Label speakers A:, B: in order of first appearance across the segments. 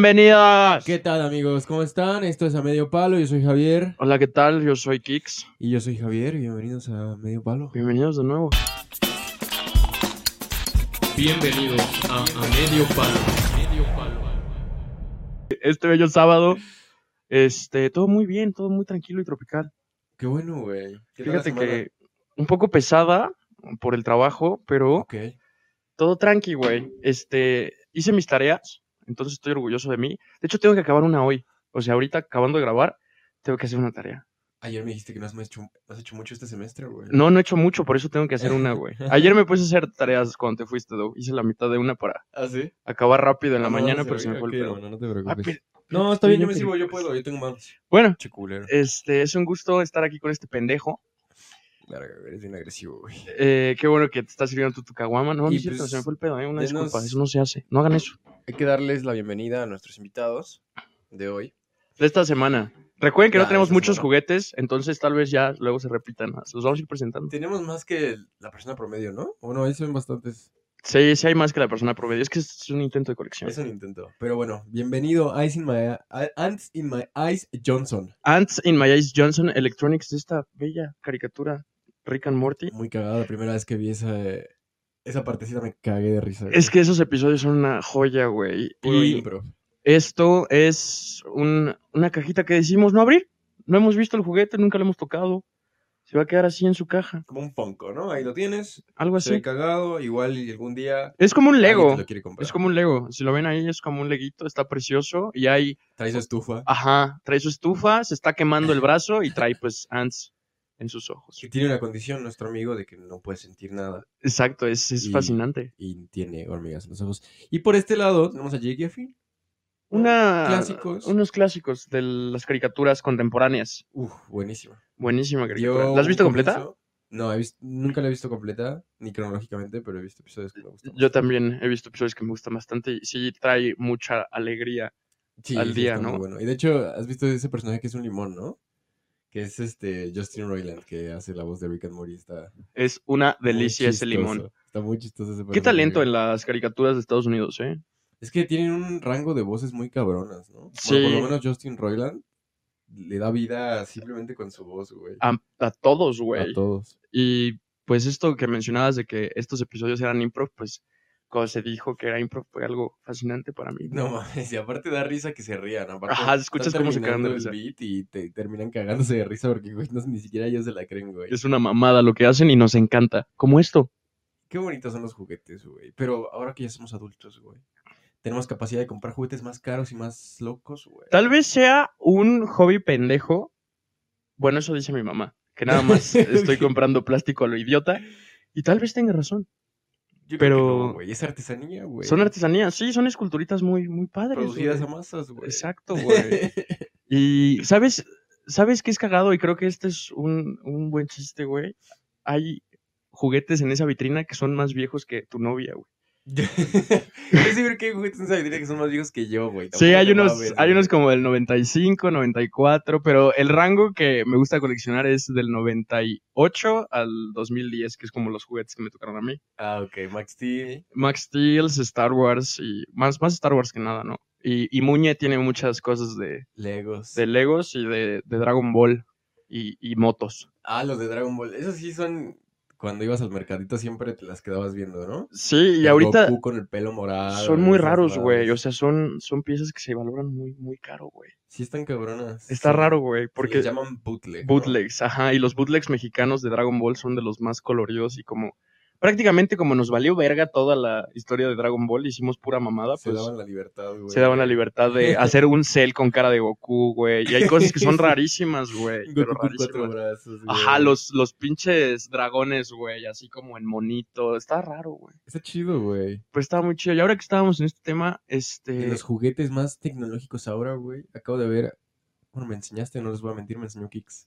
A: Bienvenidas.
B: ¿Qué tal amigos? ¿Cómo están? Esto es A Medio Palo, yo soy Javier.
A: Hola, ¿qué tal? Yo soy Kix.
B: Y yo soy Javier, y bienvenidos a Medio Palo.
A: Bienvenidos de nuevo.
C: Bienvenidos a, a Medio Palo.
A: Este bello sábado, este, todo muy bien, todo muy tranquilo y tropical.
B: Qué bueno, güey. ¿Qué tal la
A: Fíjate
B: semana?
A: que un poco pesada por el trabajo, pero
B: Ok.
A: todo tranqui, güey. Este, hice mis tareas, entonces estoy orgulloso de mí. De hecho, tengo que acabar una hoy. O sea, ahorita acabando de grabar, tengo que hacer una tarea.
B: Ayer me dijiste que no has hecho, no has hecho mucho este semestre, güey.
A: No, no he hecho mucho, por eso tengo que hacer una, güey. Ayer me puse a hacer tareas cuando te fuiste, Doug. Hice la mitad de una para
B: ¿Ah, sí?
A: acabar rápido en la
B: Ah, no,
A: mañana,
B: no
A: pero se me fue el
B: ok,
A: pedo.
B: hermano, no te
A: Ah,
B: preocupes.
A: pero-
B: No, está bien,
A: Sí,
B: yo
A: no
B: me
A: te
B: sirvo, yo
A: preocupes.
B: puedo, yo tengo manos.
A: Bueno,
B: Che culero.
A: este, es un gusto estar aquí con este pendejo.
B: Verga, güey, eres bien agresivo, güey.
A: Eh, qué bueno que te está sirviendo tu, tu caguama. No, no
B: Y
A: es cierto,
B: pues,
A: se me fue el pedo, eh, una
B: denos-
A: disculpa, eso no se hace. No hagan eso.
B: Hay que darles la bienvenida a nuestros invitados de hoy.
A: De esta semana. Recuerden que no
B: Ya,
A: tenemos
B: esta
A: muchos
B: semana.
A: juguetes, entonces tal vez ya luego se repitan. Los vamos a ir presentando.
B: Tenemos más que la persona promedio, ¿no? O no, ahí se ven bastantes.
A: Sí, sí hay más que la persona promedio. Es que es un intento de colección.
B: Es un intento. Pero bueno, bienvenido Ice in My, Ants in My Eyes Johnson.
A: Ants in My Eyes Johnson Electronics, de esta bella caricatura Rick and Morty.
B: Muy cagada la primera vez que vi esa, esa partecita, me cagué de risa. güey.
A: Es que esos episodios son una joya, güey.
B: Puro
A: Y
B: impro.
A: esto es un- una cajita que decimos no abrir. No hemos visto el juguete, nunca lo hemos tocado. Se va a quedar así en su caja.
B: Como un Funko, ¿no? Ahí lo tienes.
A: Algo
B: Se ve
A: así.
B: cagado, igual y algún día.
A: Es como Pues un
B: alguien
A: Lego.
B: te lo quiere comprar.
A: Es como un Lego. Si lo ven ahí, es como un leguito. Está precioso. Y hay,
B: Trae su estufa.
A: Ah, ajá, trae su estufa, se está quemando el brazo y trae pues ants en sus ojos.
B: Que tiene una condición, nuestro amigo, de que no puede sentir nada.
A: Exacto, es, es
B: Y-
A: fascinante.
B: Y tiene hormigas en los ojos. Y por este lado tenemos a Jake Geffin.
A: Una,
B: Clásicos.
A: Unos clásicos de las caricaturas contemporáneas.
B: Uf, buenísima.
A: Buenísima caricatura.
B: Yo
A: ¿La has visto
B: un
A: completa?
B: comienzo- No, he visto- nunca la he visto completa, ni cronológicamente, pero he visto episodios que me gustan.
A: Yo también he visto episodios que me gustan bastante y sí trae mucha alegría.
B: Sí,
A: al
B: sí,
A: día,
B: está muy
A: ¿no?
B: Bueno. Y de hecho, has visto ese personaje que es un limón, ¿no? Que es este Justin Roiland, que hace la voz de Rick and Morty. Está muy
A: Es una delicia ese limón.
B: chistoso. Está muy chistoso ese
A: Qué
B: personaje,
A: talento
B: güey.
A: en las caricaturas de Estados Unidos, ¿eh?
B: Es que tienen un rango de voces muy cabronas, ¿no? Bueno, por
A: Sí.
B: lo menos Justin Roiland le da vida simplemente con su voz, güey.
A: A, a todos,
B: A
A: Ah, güey.
B: todos.
A: Y pues esto que mencionabas de que estos episodios eran improv, pues cuando se dijo que era improv fue algo fascinante para mí.
B: No mames, y aparte da risa que se rían. Aparte,
A: Ajá, escuchas
B: están
A: cómo se cagan de
B: terminando el beat y te terminan cagándose de risa porque, güey, no- ni siquiera ellos se la creen, güey.
A: Es una mamada lo que hacen y nos encanta. Como esto.
B: Qué bonitos son los juguetes, güey. Pero ahora que ya somos adultos, güey, tenemos capacidad de comprar juguetes más caros y más locos, güey.
A: Tal vez sea un hobby pendejo. Bueno, eso dice mi mamá. Que nada más estoy comprando plástico a lo idiota. Y tal vez tenga razón.
B: Yo creo que
A: pero-
B: no, güey, es artesanía, güey.
A: Son artesanías, sí, son esculturitas muy, muy padres.
B: producidas a
A: güey.
B: masas, güey.
A: Exacto, güey. y sabes, sabes qué es cagado, y creo que este es un, un buen chiste, güey. Hay juguetes en esa vitrina que son más viejos que tu novia, güey.
B: Yo yo sí creo que hay juguetes en sabiduría que son más viejos que yo, güey.
A: Sí,
B: Tampoco
A: hay
B: te
A: unos,
B: mames,
A: hay
B: güey.
A: unos como del 95, 94, pero el rango que me gusta coleccionar es del 98 al 2010, que es como los juguetes que me tocaron a mí.
B: Ah, ok, Max Steel.
A: Max Steel, Star Wars y más, más Star Wars que nada, ¿no? Y, y Muñe tiene muchas cosas de,
B: Legos.
A: de Legos y de, de Dragon Ball y, y motos.
B: Ah, los de Dragon Ball. Esos sí son. Cuando ibas al mercadito siempre te las quedabas viendo, ¿no?
A: Sí, y
B: El
A: ahorita
B: Goku con el pelo morado.
A: son muy
B: esas
A: raros, güey.
B: madres.
A: O sea, son, son piezas que se valoran muy, muy caro, güey.
B: Sí, están cabronas.
A: Está
B: sí.
A: raro, güey,
B: Se les
A: porque
B: llaman bootleg. ¿no?
A: bootlegs, ajá, y los bootlegs mexicanos de Dragon Ball son de los más coloridos y como prácticamente como nos valió verga toda la historia de Dragon Ball, hicimos pura mamada,
B: Se
A: pues
B: daban la libertad, güey.
A: se daban la libertad de hacer un cel con cara de Goku, güey. Y hay cosas que son rarísimas, güey. pero
B: Goku con cuatro
A: rarísimas.
B: brazos, güey.
A: Ajá, los, los pinches dragones, güey, así como en monito. Está raro, güey.
B: Está chido, güey.
A: Pero estaba muy chido. Y ahora que estábamos en este tema,
B: Y
A: este.
B: los juguetes más tecnológicos ahora, güey. Acabo de ver. Bueno, me enseñaste, no les voy a mentir, me enseñó Kix.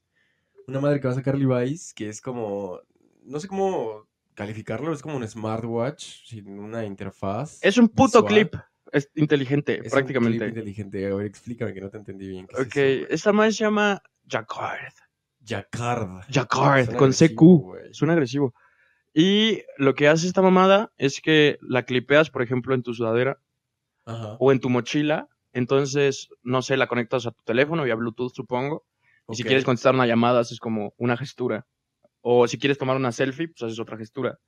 B: Una madre que va a sacar Levi's, que es como. No sé cómo calificarlo, es como un smartwatch sin una interfaz.
A: Es un puto
B: visual.
A: clip. Es inteligente,
B: Es un
A: prácticamente.
B: clip inteligente. A ver, explícame que no te entendí bien. ¿qué es
A: ok,
B: eso, güey?
A: esta madre se llama Jacquard.
B: Jacquard.
A: Jacquard,
B: Suena
A: con CQ.
B: agresivo, güey.
A: Suena agresivo. Y lo que hace esta mamada es que la clipeas, por ejemplo, en tu sudadera
B: Ajá.
A: o en tu mochila. Entonces, no sé, la conectas a tu teléfono y a Bluetooth, supongo. Y si
B: Ok.
A: quieres contestar una llamada, haces como una gestura. O si quieres tomar una selfie, pues haces otra gestura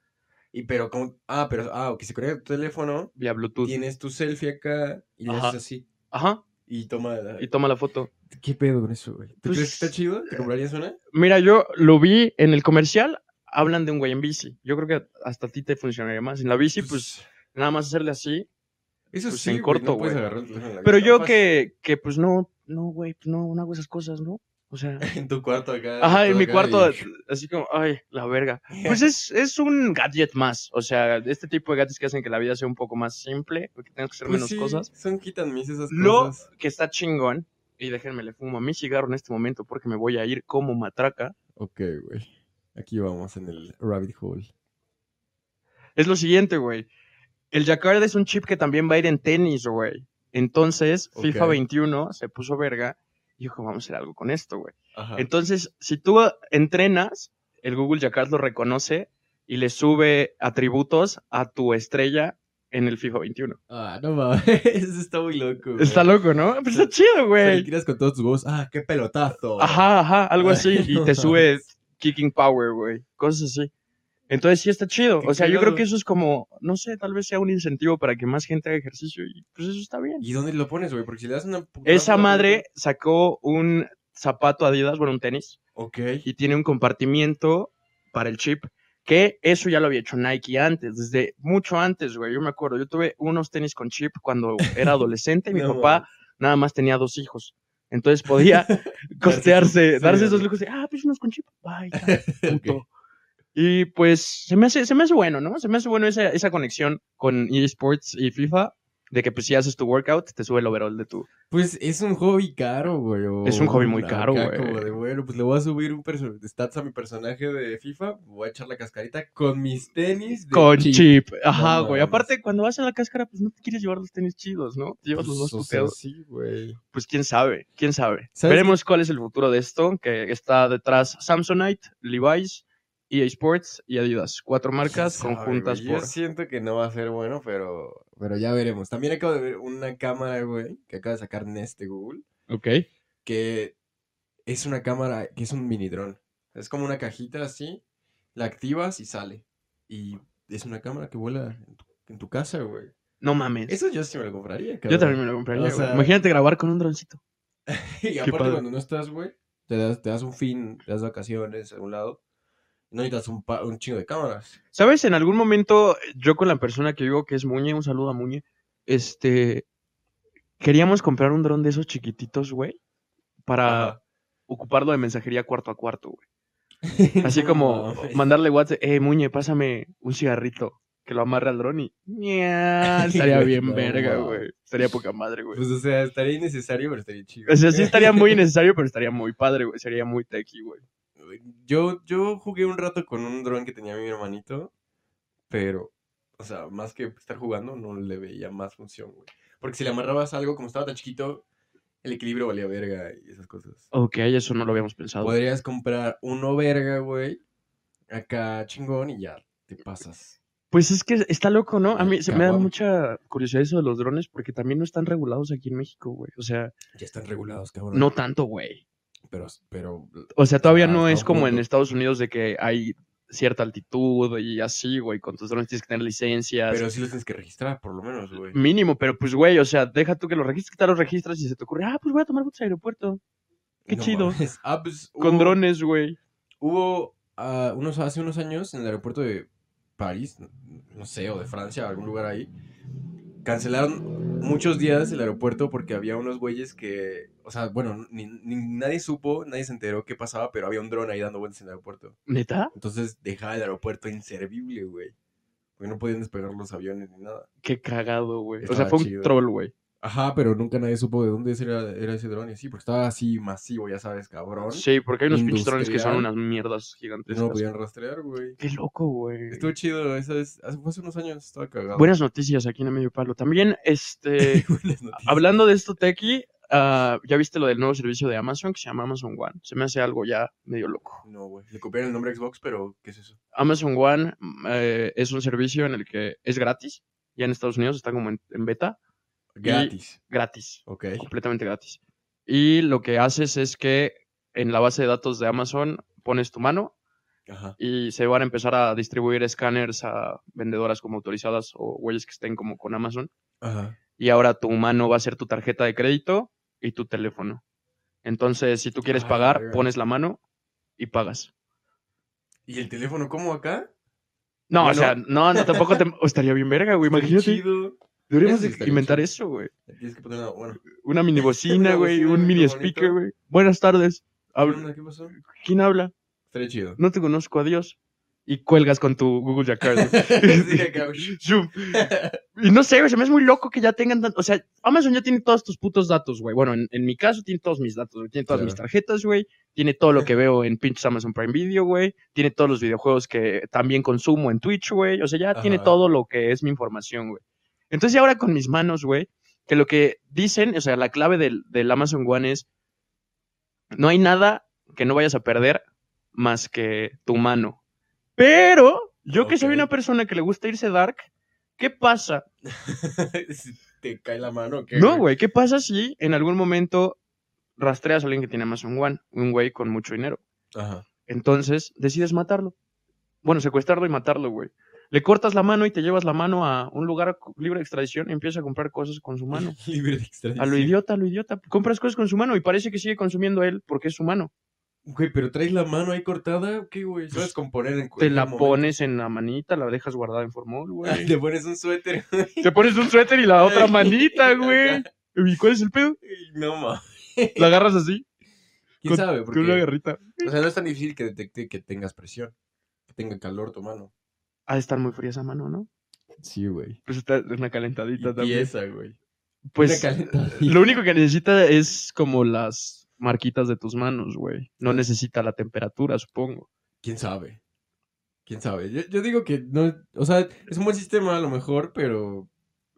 B: Y pero como... Ah, pero... Ah, ok, se conecta a tu teléfono,
A: vía Bluetooth.
B: tienes tu selfie acá y le
A: Ajá.
B: haces así.
A: Ajá,
B: Y toma... la-
A: y toma la foto.
B: ¿Qué pedo con eso, güey? ¿Tú
A: Pues-
B: crees que está chido? ¿Te comprarías una?
A: Mira, yo lo vi en el comercial, hablan de un güey en bici. Yo creo que hasta a ti te funcionaría más. En la bici, pues nada más hacerle así.
B: Eso
A: pues,
B: sí,
A: en
B: güey,
A: corto,
B: no puedes
A: güey.
B: agarrar el teléfono en la
A: Pero
B: cabeza,
A: yo
B: fácil.
A: que, que pues no, no, güey, pues no, no hago esas cosas, ¿no? O sea,
B: En tu cuarto acá.
A: ajá, en
B: todo
A: mi
B: acá
A: cuarto,
B: y-
A: así como, ay, la verga. Pues es, es un gadget más. O sea, este tipo de gadgets que hacen que la vida sea un poco más simple, porque tengas que hacer
B: Pues
A: menos
B: sí,
A: cosas.
B: Son quitan mis esas
A: Lo-
B: cosas.
A: Que está chingón. Y déjenme, le fumo a mi cigarro en este momento porque me voy a ir como matraca.
B: Ok, güey. Aquí vamos en el rabbit hole.
A: es lo siguiente, güey. El Jacquard es un chip que también va a ir en tenis, güey. Entonces,
B: Ok.
A: FIFA 21 se puso verga y dijo, vamos a hacer algo con esto, güey.
B: Ajá.
A: Entonces, si tú entrenas, el Google Jacquard lo reconoce y le sube atributos a tu estrella en el FIFA 21.
B: Ah, no mames. Eso está muy loco. güey.
A: Está loco, ¿no? Pero
B: Sí.
A: está chido,
B: O sea, le
A: güey.
B: tiras con todos tus huevos. Ah, qué pelotazo.
A: Ajá, ajá, algo así.
B: Ay,
A: Y
B: no
A: te sube
B: mames.
A: kicking power, güey. Cosas así. Entonces sí está chido.
B: Qué
A: O sea, yo creo
B: cagado.
A: que eso es como, no sé, tal vez sea un incentivo para que más gente haga ejercicio y pues eso está bien.
B: ¿Y dónde lo pones, güey? Porque si le das una. putazo a
A: Esa
B: la
A: madre
B: pelota-
A: sacó un zapato Adidas, bueno, un tenis,
B: Ok.
A: y tiene un compartimiento para el chip, que eso ya lo había hecho Nike antes, desde mucho antes, güey. Yo me acuerdo, yo tuve unos tenis con chip cuando era adolescente y mi
B: No
A: papá nada más tenía dos hijos. Entonces podía costearse,
B: sí,
A: darse
B: sí.
A: esos lujos de, ah, pues unos con chip, ay,
B: mames.
A: puto.
B: Ok.
A: Y pues se me hace, se me hace bueno, ¿no? Se me hace bueno esa, esa conexión con eSports y FIFA, de que pues si haces tu workout, te sube el overall de tu...
B: Pues es un hobby caro, güey. o
A: Es un hobby muy
B: una
A: caro,
B: acá
A: güey.
B: Como de, bueno, pues le voy a subir un perso- stats a mi personaje de FIFA. Voy a echar la cascarita con mis tenis. De
A: Con chip. Ajá,
B: No
A: güey.
B: mames.
A: Aparte, cuando vas a la cáscara, pues no te quieres llevar los tenis chidos, ¿no? Te llevas
B: Pues,
A: los
B: o
A: más
B: sea,
A: puteados.
B: sí, güey.
A: Pues quién sabe, quién sabe.
B: ¿Sabes
A: Veremos cuál es el futuro de esto, que está detrás Samsonite, Levi's, EA Sports y Adidas. Cuatro marcas
B: ¿Quién sabe,
A: conjuntas
B: güey?
A: por...
B: Yo siento que no va a ser bueno, pero, pero ya veremos. También acabo de ver una cámara, güey, que acaba de sacar Neste Google,
A: Ok.
B: que es una cámara, que es un mini dron. Es como una cajita así, la activas y sale. Y es una cámara que vuela en tu, en tu casa, güey.
A: No mames.
B: Eso yo sí me lo compraría,
A: Yo también me lo compraría,
B: O
A: güey.
B: sea-
A: Imagínate grabar con un droncito.
B: Y
A: padre.
B: aparte cuando no estás, güey, te das, te das un fin, te das vacaciones a un lado. No necesitas un, pa- un chingo de cámaras.
A: ¿Sabes? En algún momento, eh, yo con la persona que vivo, que es Muñe, un saludo a Muñe, este, queríamos comprar un dron de esos chiquititos, güey, para
B: Ajá.
A: ocuparlo de mensajería cuarto a cuarto, güey. Así como
B: No, güey.
A: mandarle WhatsApp, eh, Muñe, pásame un cigarrito, que lo amarre al dron y... ña, Estaría
B: Güey,
A: bien
B: no,
A: verga,
B: wow.
A: güey. Estaría poca madre, güey.
B: Pues, o sea, estaría innecesario, pero estaría chido.
A: O sea, sí estaría muy innecesario, pero estaría muy padre, güey. Sería muy techy, güey.
B: Yo, yo jugué un rato con un dron que tenía mi hermanito, pero, o sea, más que estar jugando, no le veía más función, güey. Porque si le amarrabas algo, como estaba tan chiquito, el equilibrio valía verga y esas cosas.
A: Ok, eso no lo habíamos pensado.
B: Podrías comprar uno verga, güey, acá chingón y ya te pasas.
A: Pues es que está loco, ¿no? A
B: Me
A: mí se me da
B: cago.
A: mucha curiosidad eso de los drones porque también no están regulados aquí en México, güey. O sea,
B: Ya están regulados, cabrón.
A: no tanto, güey.
B: Pero, pero,
A: O sea, todavía
B: Ah,
A: no
B: hasta
A: es
B: un
A: como en
B: punto.
A: Estados Unidos de que hay cierta altitud y así, güey. Con tus drones tienes que tener licencias.
B: pero sí los tienes que registrar, por lo menos, güey.
A: Mínimo, pero pues, güey, o sea, deja tú que los registres, que te los registras y se te ocurre, ah, pues voy a tomar fotos al aeropuerto. Qué
B: No
A: chido.
B: mames. Ah, pues,
A: Con
B: hubo-
A: drones, güey.
B: Hubo ah, unos, hace unos años en el aeropuerto de París, no sé, o de Francia, algún lugar ahí, cancelaron muchos días el aeropuerto porque había unos güeyes que, o sea, bueno, ni, ni- nadie supo, nadie se enteró qué pasaba, pero había un dron ahí dando vueltas en el aeropuerto.
A: ¿Neta?
B: Entonces dejaba el aeropuerto inservible, güey. Porque no podían despegar los aviones ni nada.
A: Qué cagado, güey. O sea,
B: Estaba
A: fue un
B: chido.
A: troll, güey.
B: Ajá, pero nunca nadie supo de dónde era, era ese dron y así, porque estaba así masivo, ya sabes, cabrón.
A: Sí, porque hay unos pinches drones que son unas
B: Industrial.
A: mierdas
B: No pues, lo
A: gigantescas.
B: podían rastrear, güey.
A: Qué loco, güey.
B: Estuvo chido, esa es, hace, fue hace unos años, estaba cagado.
A: Buenas noticias aquí en el medio palo. También, este,
B: Buenas noticias.
A: hablando de esto, Tequi, ah, ya viste lo del nuevo servicio de Amazon que se llama Amazon One. Se me hace algo ya medio loco.
B: No, güey. Le copiaron el nombre a Xbox, pero ¿qué es eso?
A: Amazon One mm, eh, es un servicio en el que es gratis. Ya en Estados Unidos está como en, en beta.
B: Gratis.
A: gratis,
B: Ok.
A: completamente gratis. Y lo que haces es que en la base de datos de Amazon pones tu mano
B: Ajá.
A: y se van a empezar a distribuir escáneres a vendedoras como autorizadas o güeyes que estén como con Amazon.
B: Ajá.
A: y ahora tu mano va a ser tu tarjeta de crédito y tu teléfono. Entonces, si tú quieres
B: Ah,
A: pagar,
B: verga.
A: pones la mano y pagas.
B: ¿Y el teléfono cómo acá?
A: No,
B: Bueno.
A: o sea, no, no, tampoco te... o estaría bien verga, güey,
B: Qué
A: imagínate.
B: chido.
A: Deberíamos
B: Eso sí
A: de
B: estaría
A: inventar
B: chido.
A: eso, güey.
B: Tienes que poner una- Bueno.
A: Una mini bocina,
B: Una
A: güey,
B: bocina,
A: un
B: un
A: mini
B: microfonito.
A: speaker, güey. Buenas tardes. Habla-
B: Bueno, ¿Qué pasó?
A: ¿Quién habla?
B: Estaría chido.
A: No te conozco, adiós. Y cuelgas con tu Google Jacquard. güey.
B: Sí, acá, ush.
A: Zoom. Y no sé, güey, se me es muy loco que ya tengan tan- O sea, Amazon ya tiene todos tus putos datos, güey. Bueno, en, en mi caso tiene todos mis datos, güey. Tiene todas
B: Claro.
A: mis tarjetas, güey. Tiene todo lo que veo en pinches Amazon Prime Video, güey. Tiene todos los videojuegos que también consumo en Twitch, güey. O sea, ya tiene
B: Ajá.
A: todo lo que es mi información, güey. Entonces, y ahora con mis manos, güey, que lo que dicen, o sea, la clave del, del Amazon One es, no hay nada que no vayas a perder más que tu mano. Pero yo que soy
B: Ok.
A: una persona que le gusta irse dark, ¿qué pasa?
B: Si ¿Te cae la mano o qué?
A: No, güey, ¿qué pasa si en algún momento rastreas a alguien que tiene Amazon One, un güey con mucho dinero?
B: Ajá.
A: Entonces decides matarlo. Bueno, secuestrarlo y matarlo, güey. Le cortas la mano y te llevas la mano a un lugar libre de extradición y empiezas a comprar cosas con su mano.
B: Libre de extradición.
A: A lo idiota, a lo idiota. Compras cosas con su mano y parece que sigue consumiendo él porque es su mano.
B: Güey, pero traes la mano ahí cortada. ¿Qué, güey? Se va a descomponer en
A: Pues, Te
B: cualquier
A: la
B: momento.
A: pones en la manita, la dejas guardada en formol, güey.
B: Te pones un suéter.
A: Te pones un suéter y la otra manita, güey. ¿Y cuál es el pedo?
B: Ay, No, ma.
A: La agarras así,
B: ¿Quién sabe?
A: con una
B: Porque,
A: garrita.
B: o sea, no es tan difícil que detecte que tengas presión. Que tenga calor tu mano.
A: Ha de estar muy fría esa mano, ¿no?
B: Sí, güey.
A: Pues está una calentadita
B: Y
A: también.
B: esa, güey.
A: Pues
B: Una calentadita.
A: lo único que necesita es como las marquitas de tus manos, güey. No necesita la temperatura, supongo.
B: ¿Quién sabe? ¿Quién sabe? Yo, yo digo que no, o sea, es un buen sistema a lo mejor, pero,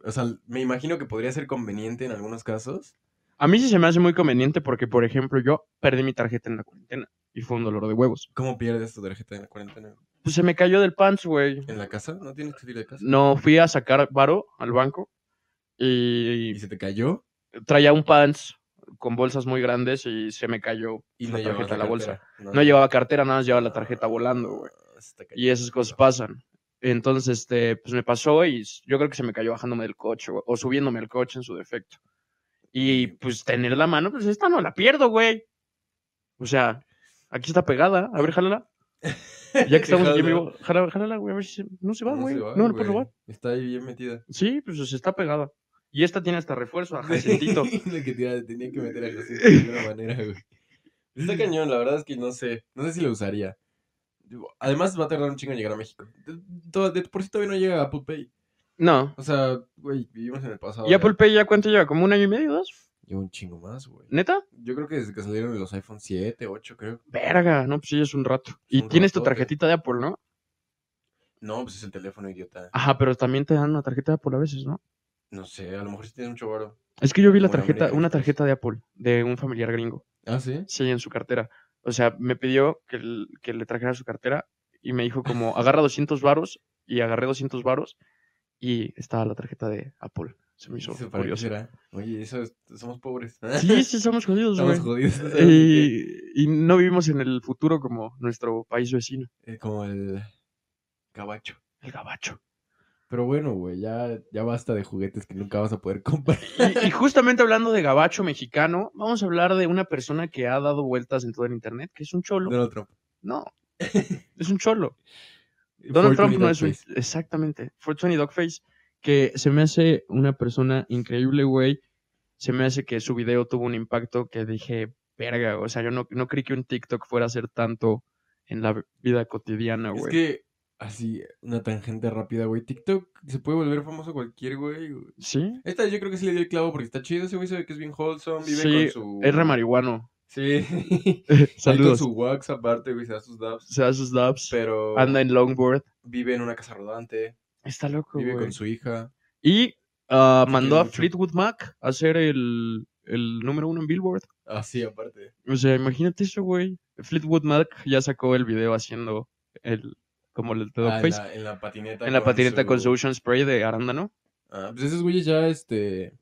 B: o sea, me imagino que podría ser conveniente en algunos casos.
A: A mí sí se me hace muy conveniente porque, por ejemplo, yo perdí mi tarjeta en la cuarentena y fue un dolor de huevos.
B: ¿Cómo pierdes tu tarjeta en la cuarentena?
A: Pues se me cayó del pants, güey.
B: ¿En la casa? ¿No tienes que salir de casa?
A: No fui a sacar varo al banco
B: ¿Y
A: y
B: se te cayó?
A: traía un pants con bolsas muy grandes y se me cayó
B: Y
A: la
B: llevabas
A: tarjeta en la bolsa.
B: cartera?
A: No llevaba cartera, nada más llevaba la tarjeta volando, güey.
B: Ah, se te cayó.
A: Y esas cosas pasan. Entonces, este, pues me pasó y s- yo creo que se me cayó bajándome del coche güey, o subiéndome al coche en su defecto. Y pues tener la mano, pues esta no la pierdo, güey. O sea, aquí está pegada. A ver, jálala. Ya que estamos aquí en vivo, jala- jálala, güey. A ver si se- no se va,
B: No
A: güey.
B: se
A: No,
B: va,
A: no
B: güey.
A: puedo robar.
B: Está ahí bien metida.
A: Sí, pues o sea, está pegada. Y esta tiene hasta refuerzo, a Jacintito.
B: La que tira- tenía que meter a Jacinto de alguna manera, güey. Está cañón, la verdad es que no sé. No sé si lo usaría. Digo, Además, va a tardar un chingo en llegar a México. De, to- de por si todavía no llega Apple Pay.
A: No.
B: O sea, güey, vivimos en el pasado.
A: ¿Y Apple Pay ya cuánto lleva? ¿Como un año y medio, dos?
B: Lleva un chingo más, güey.
A: ¿Neta?
B: Yo creo que desde que salieron los iPhone 7, 8, creo.
A: Verga, no, pues sí, es un rato.
B: Es
A: Y
B: un
A: tienes tu
B: ratote.
A: tarjetita de Apple, ¿no?
B: No, pues es el teléfono, idiota.
A: Ajá, pero también te dan una tarjeta de Apple a veces, ¿no?
B: No sé, a lo mejor si tienes mucho varo.
A: Es que yo vi la
B: Como en
A: tarjeta,
B: American
A: una
B: Express.
A: tarjeta de Apple de un familiar gringo,
B: Ah, sí.
A: sí, en su cartera. O sea, me pidió que, l- que le trajera su cartera y me dijo como, agarra 200 varos y agarré 200 varos y estaba la tarjeta de Apple. Se me hizo
B: Eso, ¿para qué
A: curioso.
B: será? Oye, eso es- somos pobres.
A: Sí, sí, somos jodidos,
B: Estamos
A: güey.
B: jodidos.
A: Y, y no vivimos en el futuro como nuestro país vecino,
B: Eh, Como el cabacho.
A: el gabacho.
B: Pero bueno, güey, ya, ya basta de juguetes que nunca vas a poder comprar.
A: Y, y justamente hablando de gabacho mexicano, vamos a hablar de una persona que ha dado vueltas en todo el internet, que es un cholo.
B: Donald Trump.
A: No, es un cholo. Donald
B: 420
A: Trump no es un...
B: dogface.
A: Exactamente. 420 Dogface, que se me hace una persona increíble, güey. Se me hace que su video tuvo un impacto que dije, verga, o sea, yo no, no creí que un TikTok fuera a ser tanto en la vida cotidiana,
B: Es
A: güey.
B: que, así, una tangente rápida, güey. TikTok se puede volver famoso cualquier, güey.
A: Sí,
B: Esta yo creo que sí le dio el clavo porque está chido. Ese güey se ve que es bien wholesome, vive
A: Sí,
B: con su...
A: es re marihuano.
B: Sí. Saludos.
A: Saludos.
B: Uh. Con su wax aparte, güey, se da sus dabs.
A: Se da sus dabs,
B: Pero
A: anda en longboard.
B: vive en una casa rodante,
A: Está loco,
B: vive
A: güey.
B: con su hija.
A: Y ah,
B: Se
A: mandó a
B: quiere mucho.
A: Fleetwood Mac a ser el, el número uno en Billboard.
B: Así aparte.
A: O sea, imagínate eso, güey. Fleetwood Mac ya sacó el video haciendo el como el de
B: Ah, en,
A: Dogface,
B: la, en la patineta.
A: en la patineta con su Ocean Spray de arándano.
B: Ah, pues esos güeyes ya, este...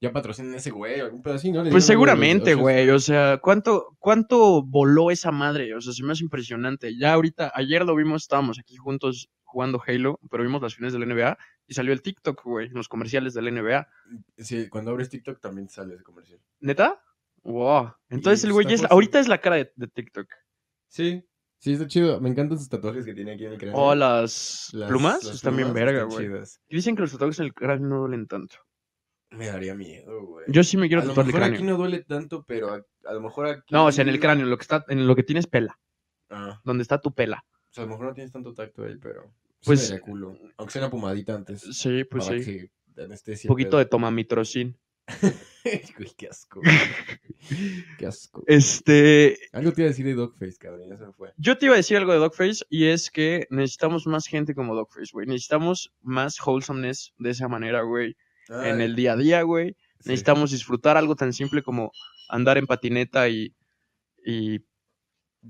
B: Ya patrocinan a ese güey, algún pedacito.
A: Pues seguramente, güey. O sea, ¿cuánto, ¿cuánto voló esa madre? O sea, se me hace impresionante. Ya ahorita, ayer lo vimos, estábamos aquí juntos jugando Halo, pero vimos las finales del NBA y salió el TikTok, güey, los comerciales del NBA.
B: Sí, cuando abres TikTok también sale ese comercial.
A: ¿Neta? Wow. Entonces
B: Y
A: el güey
B: está
A: ya es,
B: puesto.
A: ahorita es la cara de, de TikTok.
B: Sí, sí, está chido. Me encantan sus tatuajes que tiene aquí en el cráneo.
A: O las,
B: Las-
A: plumas
B: las
A: están bien
B: plumas
A: verga,
B: están
A: güey.
B: chidas.
A: Y Dicen que los tatuajes en el cráneo no duelen tanto.
B: Me daría miedo, güey.
A: Yo sí me quiero
B: a lo
A: tatuar el
B: mejor
A: cráneo.
B: aquí no duele tanto, pero a, a lo mejor aquí...
A: No, o sea, en el cráneo, lo que está, en lo que tienes pela,
B: Ah,
A: donde está tu pela.
B: o sea, a lo mejor no tienes tanto tacto ahí, pero...
A: Pues-
B: Pues... Sí me daría culo. Aunque sea una pumadita antes.
A: Sí, pues
B: para
A: sí.
B: que te anestesie
A: Un
B: el
A: poquito
B: pedo.
A: de tomamitrocin.
B: Güey, qué asco. güey. qué asco.
A: Este,
B: Algo te iba a decir de Dogface, cabrón, ya se me fue.
A: yo te iba a decir algo de Dogface y es que necesitamos más gente como Dogface, güey. Necesitamos más wholesomeness de esa manera, güey. En
B: Ay,
A: el día a día, güey.
B: sí.
A: Necesitamos disfrutar algo tan simple como andar en patineta y, y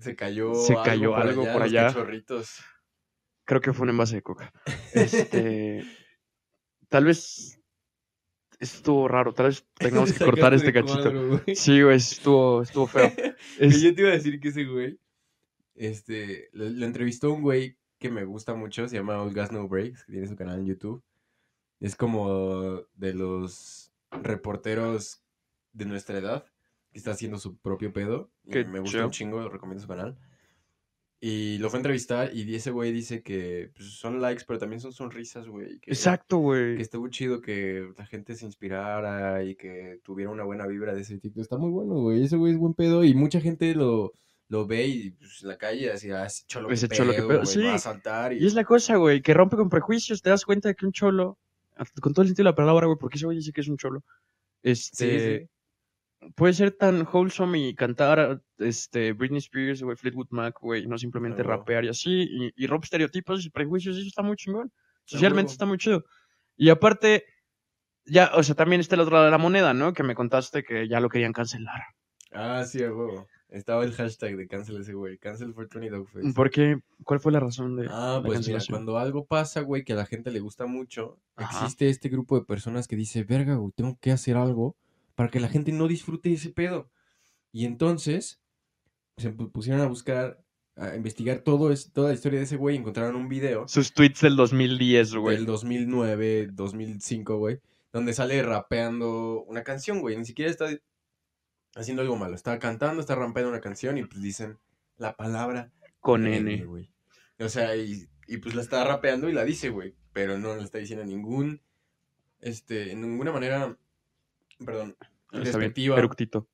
B: Se cayó
A: Se cayó algo por allá.
B: los cachorritos.
A: creo que fue un envase de coca. Este, tal vez estuvo raro, tal vez tengamos que
B: Te
A: cortar
B: sacaste
A: este
B: de
A: cachito.
B: cuadro, güey.
A: Sí, güey, estuvo, estuvo feo.
B: Que
A: Es-
B: Yo te iba a decir que ese güey, este, lo, lo entrevistó un güey que me gusta mucho, se llama All Gas No Breaks, que tiene su canal en YouTube. Es como de los reporteros de nuestra edad, que está haciendo su propio pedo. y
A: Qué
B: me gusta
A: chido.
B: un chingo, lo recomiendo su canal. Y lo fue a entrevistar y ese güey dice que pues, son likes, pero también son sonrisas, güey. que-
A: Exacto,
B: Que
A: güey.
B: estuvo chido que la gente se inspirara y que tuviera una buena vibra de ese TikTok. Está muy bueno, güey. Ese güey es buen pedo y mucha gente lo, lo ve y pues, en la calle así, ah, ese cholo
A: Ese
B: que
A: cholo, qué
B: pedo,
A: pedo".
B: güey,
A: Sí.
B: va a saltar y...
A: Y es la cosa, güey, que rompe con prejuicios. Te das cuenta de que un cholo, con todo el sentido de la palabra, güey, porque ese güey dice que es un cholo,
B: Sí,
A: este,
B: sí.
A: puede ser tan wholesome y cantar este, Britney Spears, güey, Fleetwood Mac, güey, y no simplemente
B: Ah, huevo.
A: rapear y así, y, y rompe estereotipos y prejuicios, y eso está muy chingón. Socialmente
B: huevo.
A: está muy chido. Y aparte, ya, o sea, también está el otro lado de la moneda, ¿no? Que me contaste que ya lo querían cancelar.
B: Ah, sí, a huevo. Estaba el hashtag de cancel ese güey. Cancel for 20 Dogface.
A: ¿Por qué? ¿Cuál fue la razón de
B: Pues Ah,
A: la
B: pues mira,
A: cancelación?
B: cuando algo pasa, güey, que a la gente le gusta mucho,
A: Ajá.
B: existe este grupo de personas que dice, verga, güey, tengo que hacer algo para que la gente no disfrute ese pedo. Y entonces se pu- pusieron a buscar, a investigar todo es, toda la historia de ese güey, y encontraron un video
A: Sus tweets del 2010,
B: del
A: güey.
B: 2009, 2005, güey, donde sale rapeando una canción, güey, ni siquiera está haciendo algo malo, está cantando, está rapeando una canción y pues dicen la palabra
A: Con
B: N,
A: N.
B: güey. O sea, y, y pues la está rapeando y la dice, güey. Pero no la está diciendo en ningún. Este, en ninguna manera. Perdón.
A: Ah, Está bien,
B: Respectiva.
A: eructito.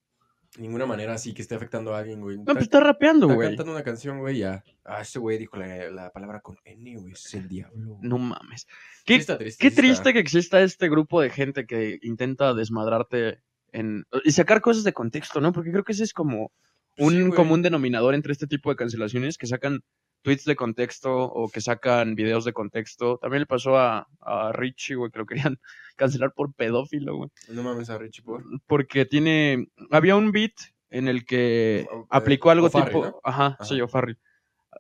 B: Ninguna manera así que esté afectando a alguien, güey.
A: No, pues está rapeando,
B: está
A: güey.
B: cantando una canción, güey. Ya. Ah, este güey dijo la, la palabra con N, güey. Es el diablo. güey.
A: No mames.
B: Sí
A: ¿Qué,
B: está triste.
A: Qué
B: sí está-
A: triste que exista este grupo de gente que intenta desmadrarte en, y sacar cosas de contexto, ¿no? Porque creo que ese es como
B: Pues
A: un
B: sí, güey.
A: común denominador entre este tipo de cancelaciones que sacan tweets de contexto o que sacan videos de contexto. También le pasó a, a Richie, güey, que lo querían cancelar por pedófilo, güey.
B: No mames a Richie por.
A: Porque tiene... Había un beat en el que
B: O- eh,
A: aplicó algo
B: O'Farrell,
A: tipo...
B: ¿no?
A: Ajá,
B: Ajá.
A: sí, O'Farrell.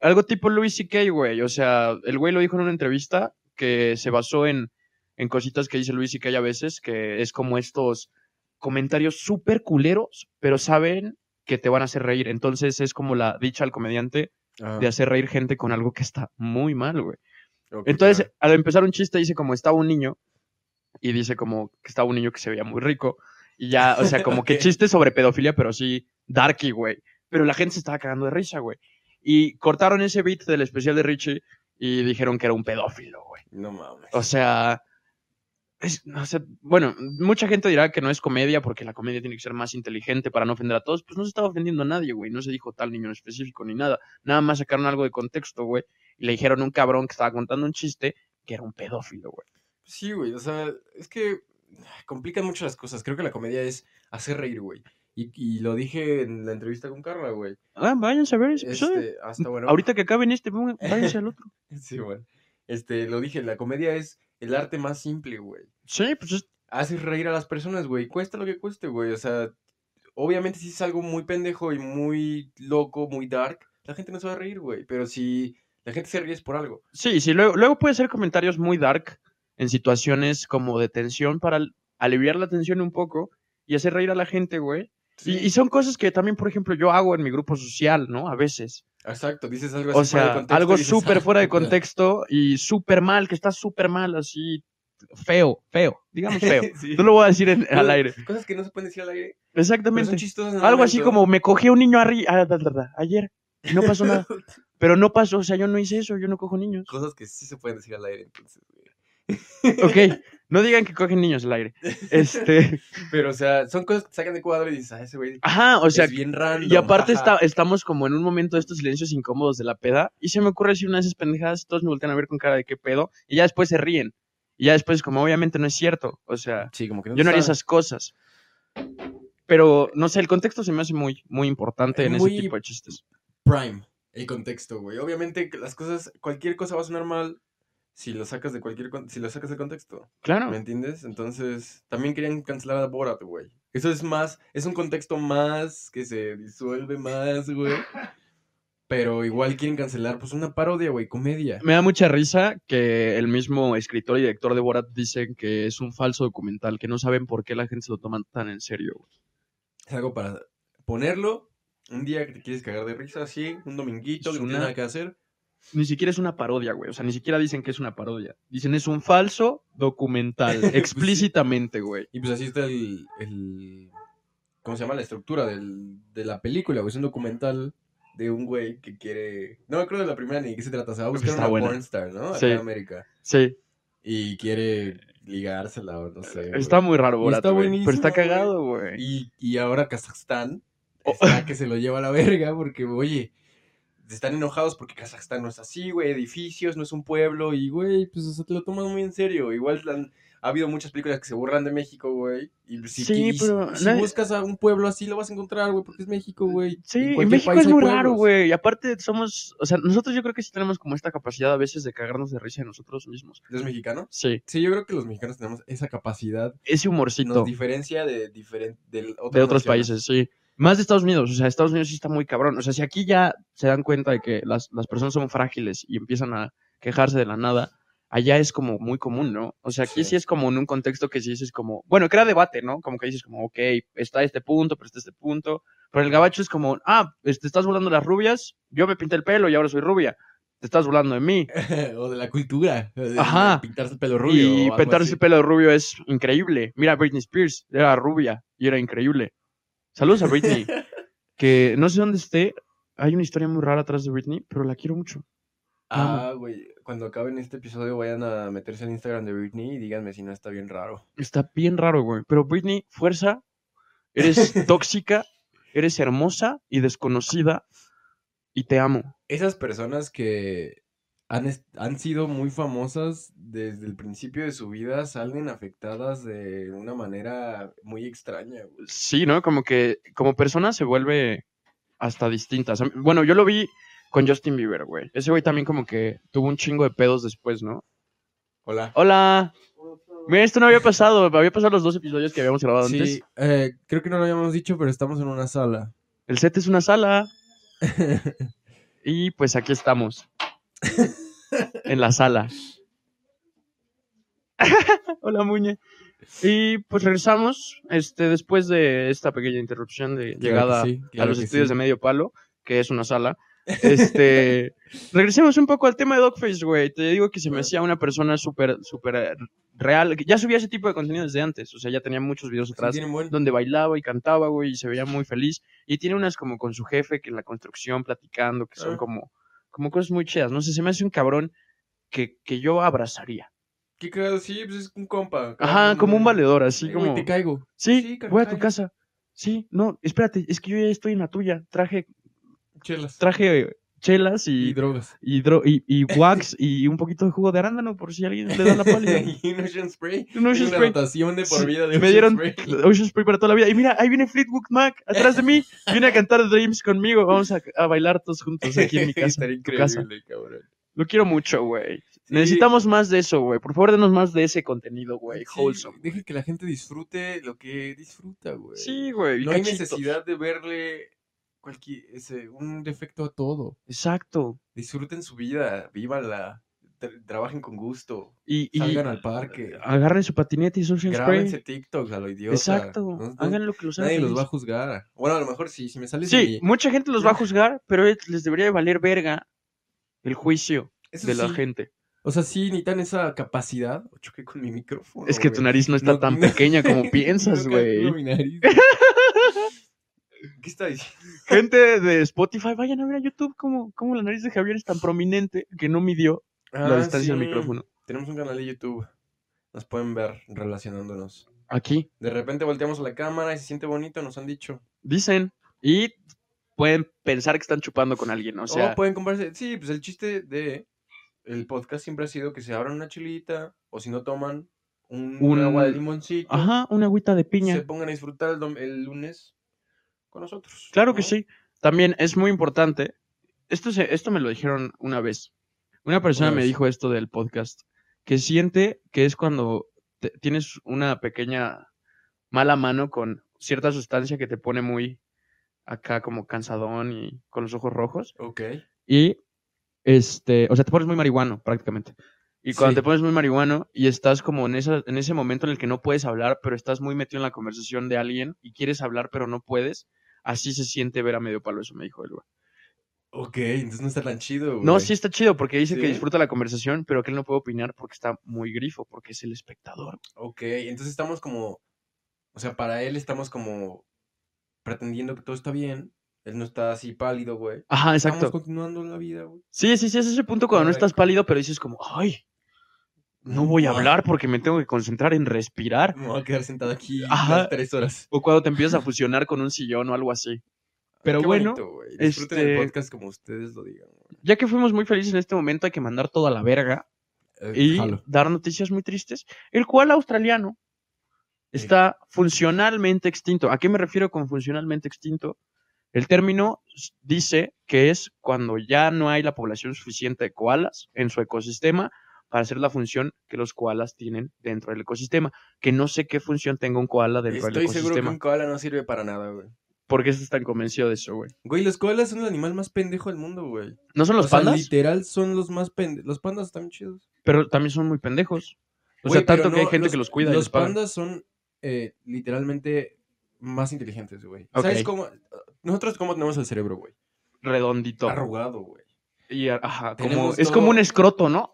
A: Algo tipo Louis C.K., güey. O sea, el güey lo dijo en una entrevista que se basó en, en cositas que dice Louis C.K. a veces, que es como estos comentarios súper culeros, pero saben que te van a hacer reír. Entonces es como la dicha al comediante
B: Ah,
A: de hacer reír gente con algo que está muy mal, güey.
B: ok,
A: Entonces,
B: claro.
A: al empezar un chiste, dice como estaba un niño, y dice como que estaba un niño que se veía muy rico, y ya, o sea, como que
B: Ok.
A: chiste sobre pedofilia, pero sí, darky, güey. Pero la gente se estaba cagando de risa, güey. Y cortaron ese beat del especial de Richie y dijeron que era un pedófilo, güey.
B: No mames.
A: O sea, es- no sé, bueno, mucha gente dirá que no es comedia porque la comedia tiene que ser más inteligente para no ofender a todos. Pues no se estaba ofendiendo a nadie, güey. No se dijo tal niño en específico ni nada. Nada más sacaron algo de contexto, güey. Y le dijeron a un cabrón que estaba contando un chiste que era un pedófilo, güey.
B: Sí, güey, o sea, es que ay, complican mucho las cosas. Creo que la comedia es hacer reír, güey. Y, y lo dije en la entrevista con Carla, güey.
A: Ah, váyanse a ver ese episodio.
B: Este, hasta bueno.
A: Ahorita que acaben este, pongan- váyanse al otro.
B: Sí, güey. Este, lo dije, la comedia es el arte más simple, güey.
A: Sí, pues es-
B: Haces reír a las personas, güey. Cuesta lo que cueste, güey. O sea, obviamente si es algo muy pendejo y muy loco, muy dark, la gente no se va a reír, güey. Pero si la gente se ríe es por algo.
A: sí, sí. Luego, luego puede ser comentarios muy dark en situaciones como de tensión para el- aliviar la tensión un poco y hacer reír a la gente, güey.
B: Sí.
A: Y, y son cosas que también, por ejemplo, yo hago en mi grupo social, ¿no? A veces.
B: Exacto, dices algo así.
A: O
B: fuera de
A: sea,
B: contexto y
A: algo
B: dices,
A: súper
B: "Ah,
A: fuera de
B: puta".
A: contexto y súper mal, que está súper mal, así feo, feo, digamos feo.
B: Sí.
A: No lo voy a decir en- al aire.
B: Cosas que no se pueden decir al aire. Pero son
A: Exactamente.
B: chistosas. en el
A: Algo así
B: momento.
A: como me cogí a un niño arri- ah, a- a- a- ayer y no pasó nada. Pero no pasó, o sea, yo no hice eso, yo no cojo niños.
B: Cosas que sí se pueden decir al aire, entonces, güey.
A: Ok, no digan que cogen niños al aire. Este,
B: Pero, o sea, son cosas que te sacan de cuadro y dices, ah, ese güey
A: ajá, o sea,
B: es bien random.
A: y aparte
B: jaja".
A: está, estamos como en un momento de estos silencios incómodos de la peda y se me ocurre decir una de esas pendejadas, todos me voltean a ver con cara de qué pedo y ya después se ríen. Y ya después como obviamente no es cierto, o sea,
B: Sí, como que no
A: yo no haría
B: saben.
A: esas cosas. Pero no sé, el contexto se me hace muy muy importante en
B: Muy-
A: ese tipo de chistes.
B: prime el contexto, güey. Obviamente que las cosas, cualquier cosa va a sonar mal si lo sacas de cualquier con- si lo sacas de contexto,
A: Claro.
B: ¿me entiendes? Entonces, también querían cancelar a Borat, güey. Eso es más, es un contexto más que se disuelve más, güey. Pero igual quieren cancelar pues una parodia, güey, comedia.
A: Me da mucha risa que el mismo escritor y director de Borat dicen que es un falso documental, que no saben por qué la gente se lo toma tan en serio. güey.
B: Es algo para ponerlo un día que te quieres cagar de risa, así, un dominguito,
A: Es
B: que no
A: una-
B: tienes nada que hacer.
A: Ni siquiera es una parodia, güey. O sea, ni siquiera dicen que es una parodia. Dicen es un falso documental,
B: Pues sí.
A: explícitamente, güey.
B: Y pues así está el, el- ¿cómo se llama? La estructura del- de la película, güey. Es un documental de un güey que quiere... No me acuerdo de la primera ni de qué se trata. Se va a buscar
A: Está
B: una
A: buena.
B: pornstar, ¿no? Acá
A: Sí.
B: en América.
A: Sí,
B: Y quiere ligársela o no sé. güey.
A: Eh, está muy raro Borat,
B: está
A: güey,
B: buenísimo,
A: Pero está
B: güey.
A: cagado, güey.
B: Y, y ahora Kazajstán
A: Oh.
B: está que se lo lleva a la verga porque, oye... Están enojados porque Kazajstán no es así, güey, edificios, no es un pueblo, y güey, pues o sea, te lo toman muy en serio. Igual han- ha habido muchas películas que se burlan de México, güey. Y si,
A: Sí,
B: y si-
A: pero
B: si
A: nadie-
B: buscas a un pueblo así, lo vas a encontrar, güey, porque es México, güey.
A: Sí,
B: En
A: en
B: cualquier
A: México
B: país
A: es
B: hay
A: muy
B: pueblos.
A: raro, güey. Y aparte somos, o sea, nosotros yo creo que sí tenemos como esta capacidad a veces de cagarnos de risa de nosotros mismos.
B: ¿Los mexicanos?
A: Sí,
B: Sí, yo creo que los mexicanos tenemos esa capacidad.
A: ese
B: Y nos
A: humorcito.
B: diferencia de, diferen- del otras
A: de otros
B: naciones.
A: países, sí. Más de Estados Unidos, o sea, Estados Unidos sí está muy cabrón. O sea, si aquí ya se dan cuenta de que las, las personas son frágiles y empiezan a quejarse de la nada, allá es como muy común, ¿no? O sea, aquí
B: Sí.
A: sí, es como en un contexto que sí dices como, bueno, crea debate, ¿no? Como que dices como, ok, está este punto, pero está este punto. Pero el gabacho es como, ah, pues, te estás burlando de las rubias, yo me pinté el pelo y ahora soy rubia. Te estás burlando de mí.
B: o de la cultura. o de-
A: Ajá.
B: de Pintarse el pelo rubio. o
A: y
B: algo
A: pintarse
B: así.
A: el pelo de rubio es increíble. Mira, Britney Spears era rubia y era increíble. Saludos a Britney. que no sé dónde esté. Hay una historia muy rara atrás de Britney, pero la quiero mucho.
B: Ah, güey. Cuando acaben este episodio, vayan a meterse al Instagram de Britney y díganme si no está bien raro.
A: Está bien raro, güey. Pero Britney, fuerza. Eres tóxica, eres hermosa y desconocida. Y te amo.
B: Esas personas que han, es- han sido muy famosas desde el principio de su vida salen afectadas de una manera muy extraña, güey.
A: Sí, ¿no? Como que como persona se vuelve hasta distinta. O sea, Bueno, yo lo vi con Justin Bieber, güey. Ese güey también como que tuvo un chingo de pedos después, ¿no?
B: Hola.
A: Hola. Mira, esto no había pasado. Había pasado los dos episodios que habíamos grabado antes.
B: Sí, eh, creo que no lo habíamos dicho, pero estamos en una sala.
A: El set es una sala. y pues aquí estamos. en la sala. Hola, Muñe. Y pues regresamos este, después de esta pequeña interrupción de llegada
B: sí,
A: a
B: claro
A: los
B: que
A: estudios
B: sí.
A: de Medio Palo, que es una sala. Este, regresemos un poco al tema de Dogface, güey. Te digo que se me hacía una persona súper, súper eh, real. que Ya subía ese tipo de contenido desde antes. O sea, ya tenía muchos videos
B: Sí,
A: atrás
B: tienen buen-
A: donde bailaba y cantaba, güey, y se veía muy feliz. Y tiene unas como con su jefe, que en la construcción, platicando, que son
B: Ah.
A: como, como cosas muy chidas. No sé, se me hace un cabrón que, que yo abrazaría.
B: Qué cagado, sí, pues es un compa. acá
A: Ajá, como un valedor, así
B: Eh, güey,
A: como.
B: te caigo.
A: Sí,
B: Sí,
A: voy a tu
B: carnal.
A: casa. Sí, no, espérate, es que yo ya estoy en la tuya. Traje,
B: Chelas.
A: traje chelas
B: y
A: y,
B: drogas.
A: y, dro- y, y wax y un poquito de jugo de arándano por si alguien le da la pálida.
B: y un Ocean Spray.
A: Un Ocean
B: Tiene una
A: Spray.
B: rotación de
A: Sí,
B: por vida
A: me
B: de Ocean
A: dieron
B: Spray.
A: Ocean Spray para toda la vida. Y mira, ahí viene Fleetwood Mac, atrás de mí. Viene a cantar Dreams conmigo. Vamos a, a bailar todos juntos aquí en mi casa.
B: Estaría
A: en tu casa.
B: increíble, cabrón.
A: Lo quiero mucho, güey.
B: Sí,
A: Necesitamos más de eso, güey. Por favor, denos más de ese contenido, güey.
B: sí,
A: wholesome.
B: Deja que la gente disfrute lo que disfruta, güey.
A: Sí, güey.
B: No hay
A: cachitos.
B: necesidad de verle cualquier, ese, un defecto a todo.
A: Exacto.
B: Disfruten su vida, vívanla. tra- trabajen con gusto,
A: Y, y
B: salgan al parque,
A: agarren su patinete y Sunshine
B: grábense
A: Spray.
B: TikToks a lo idiota.
A: Exacto.
B: No- no-
A: Hagan lo que los haga
B: nadie los
A: feliz.
B: va a juzgar. Bueno, a lo mejor sí, si me sale
A: Sí,
B: mi-
A: mucha gente los va a juzgar, pero es- les debería de valer verga el juicio
B: Eso
A: de la
B: sí.
A: gente.
B: O sea, sí necesitan esa capacidad. O choqué con mi micrófono.
A: es que tu
B: güey.
A: nariz no está
B: No-
A: tan pequeña como piensas,
B: No
A: güey.
B: calculo mi nariz. ¿Qué está diciendo?
A: gente de Spotify, vayan a ver a YouTube cómo, cómo la nariz de Javier es tan prominente que no midió la
B: Ah,
A: distancia del
B: sí.
A: micrófono.
B: Tenemos un canal de YouTube. Nos pueden ver relacionándonos.
A: Aquí,
B: De repente volteamos a la cámara y se siente bonito, nos han dicho.
A: dicen, y pueden pensar que están chupando con alguien, o
B: O
A: sea,
B: pueden comprarse. Sí, pues el chiste de el podcast siempre ha sido que se abran una chilita o si no toman un,
A: Un-
B: agua de limoncito.
A: ajá, una agüita de
B: Se
A: piña.
B: pongan a disfrutar el, dom- el lunes con nosotros.
A: Claro que
B: ¿no?
A: sí. También es muy importante. Esto, se- esto me lo dijeron una vez. Una persona
B: Una
A: me
B: vez.
A: dijo esto del podcast, que siente que es cuando te- tienes una pequeña mala mano con cierta sustancia que te pone muy acá como cansadón y con los ojos rojos.
B: Ok.
A: Y, este, o sea, te pones muy marihuano prácticamente. Y cuando
B: Sí.
A: te pones muy marihuano y estás como en, esa, en ese momento en el que no puedes hablar, pero estás muy metido en la conversación de alguien y quieres hablar, pero no puedes, así se siente ver a medio palo, eso me dijo él, güey.
B: Ok, entonces no está tan chido.
A: No,
B: güey.
A: sí está chido porque dice que
B: Sí.
A: disfruta la conversación, pero que él no puede opinar porque está muy grifo, porque es el espectador.
B: Ok, entonces estamos como, o sea, para él estamos como pretendiendo que todo está bien. Él no está así pálido, güey.
A: Ajá,
B: Estamos
A: exacto.
B: continuando la vida, güey.
A: Sí, sí, sí, es ese punto cuando no estás
B: Correcto.
A: pálido, pero dices como, ay, no voy a hablar porque me tengo que concentrar en respirar.
B: Me voy a quedar sentado aquí
A: Ajá.
B: las tres horas.
A: O cuando te empiezas a fusionar con un sillón o algo así. Pero
B: Qué
A: bueno,
B: bonito, güey. Disfruten el
A: este-
B: podcast como ustedes lo digan. güey.
A: ya que fuimos muy felices en este momento, hay que mandar toda la verga
B: Eh,
A: y
B: jalo.
A: dar noticias muy tristes. El cual australiano está funcionalmente extinto. ¿A qué me refiero con funcionalmente extinto? El término s- dice que es cuando ya no hay la población suficiente de koalas en su ecosistema para hacer la función que los koalas tienen dentro del ecosistema. Que no sé qué función tenga un koala dentro del
B: Estoy seguro que
A: ecosistema.
B: un koala no sirve para nada, güey.
A: ¿Por qué estás tan convencido de eso, güey?
B: Güey, los koalas son el animal más pendejo del mundo, güey.
A: ¿No son los
B: O sea,
A: pandas?
B: literal son los más pendejos. Los pandas están chidos.
A: Pero también son muy pendejos. O
B: Güey,
A: sea, tanto
B: pero
A: que hay
B: no,
A: gente que los cuida y
B: Los
A: les paga.
B: pandas son eh, literalmente más inteligentes, güey. ¿Sabes
A: Ok.
B: cómo? Nosotros cómo tenemos el cerebro, güey.
A: redondito.
B: Arrugado, güey.
A: Y, a- ajá, como-
B: Tenemos
A: es como
B: todo-
A: un escroto, ¿no?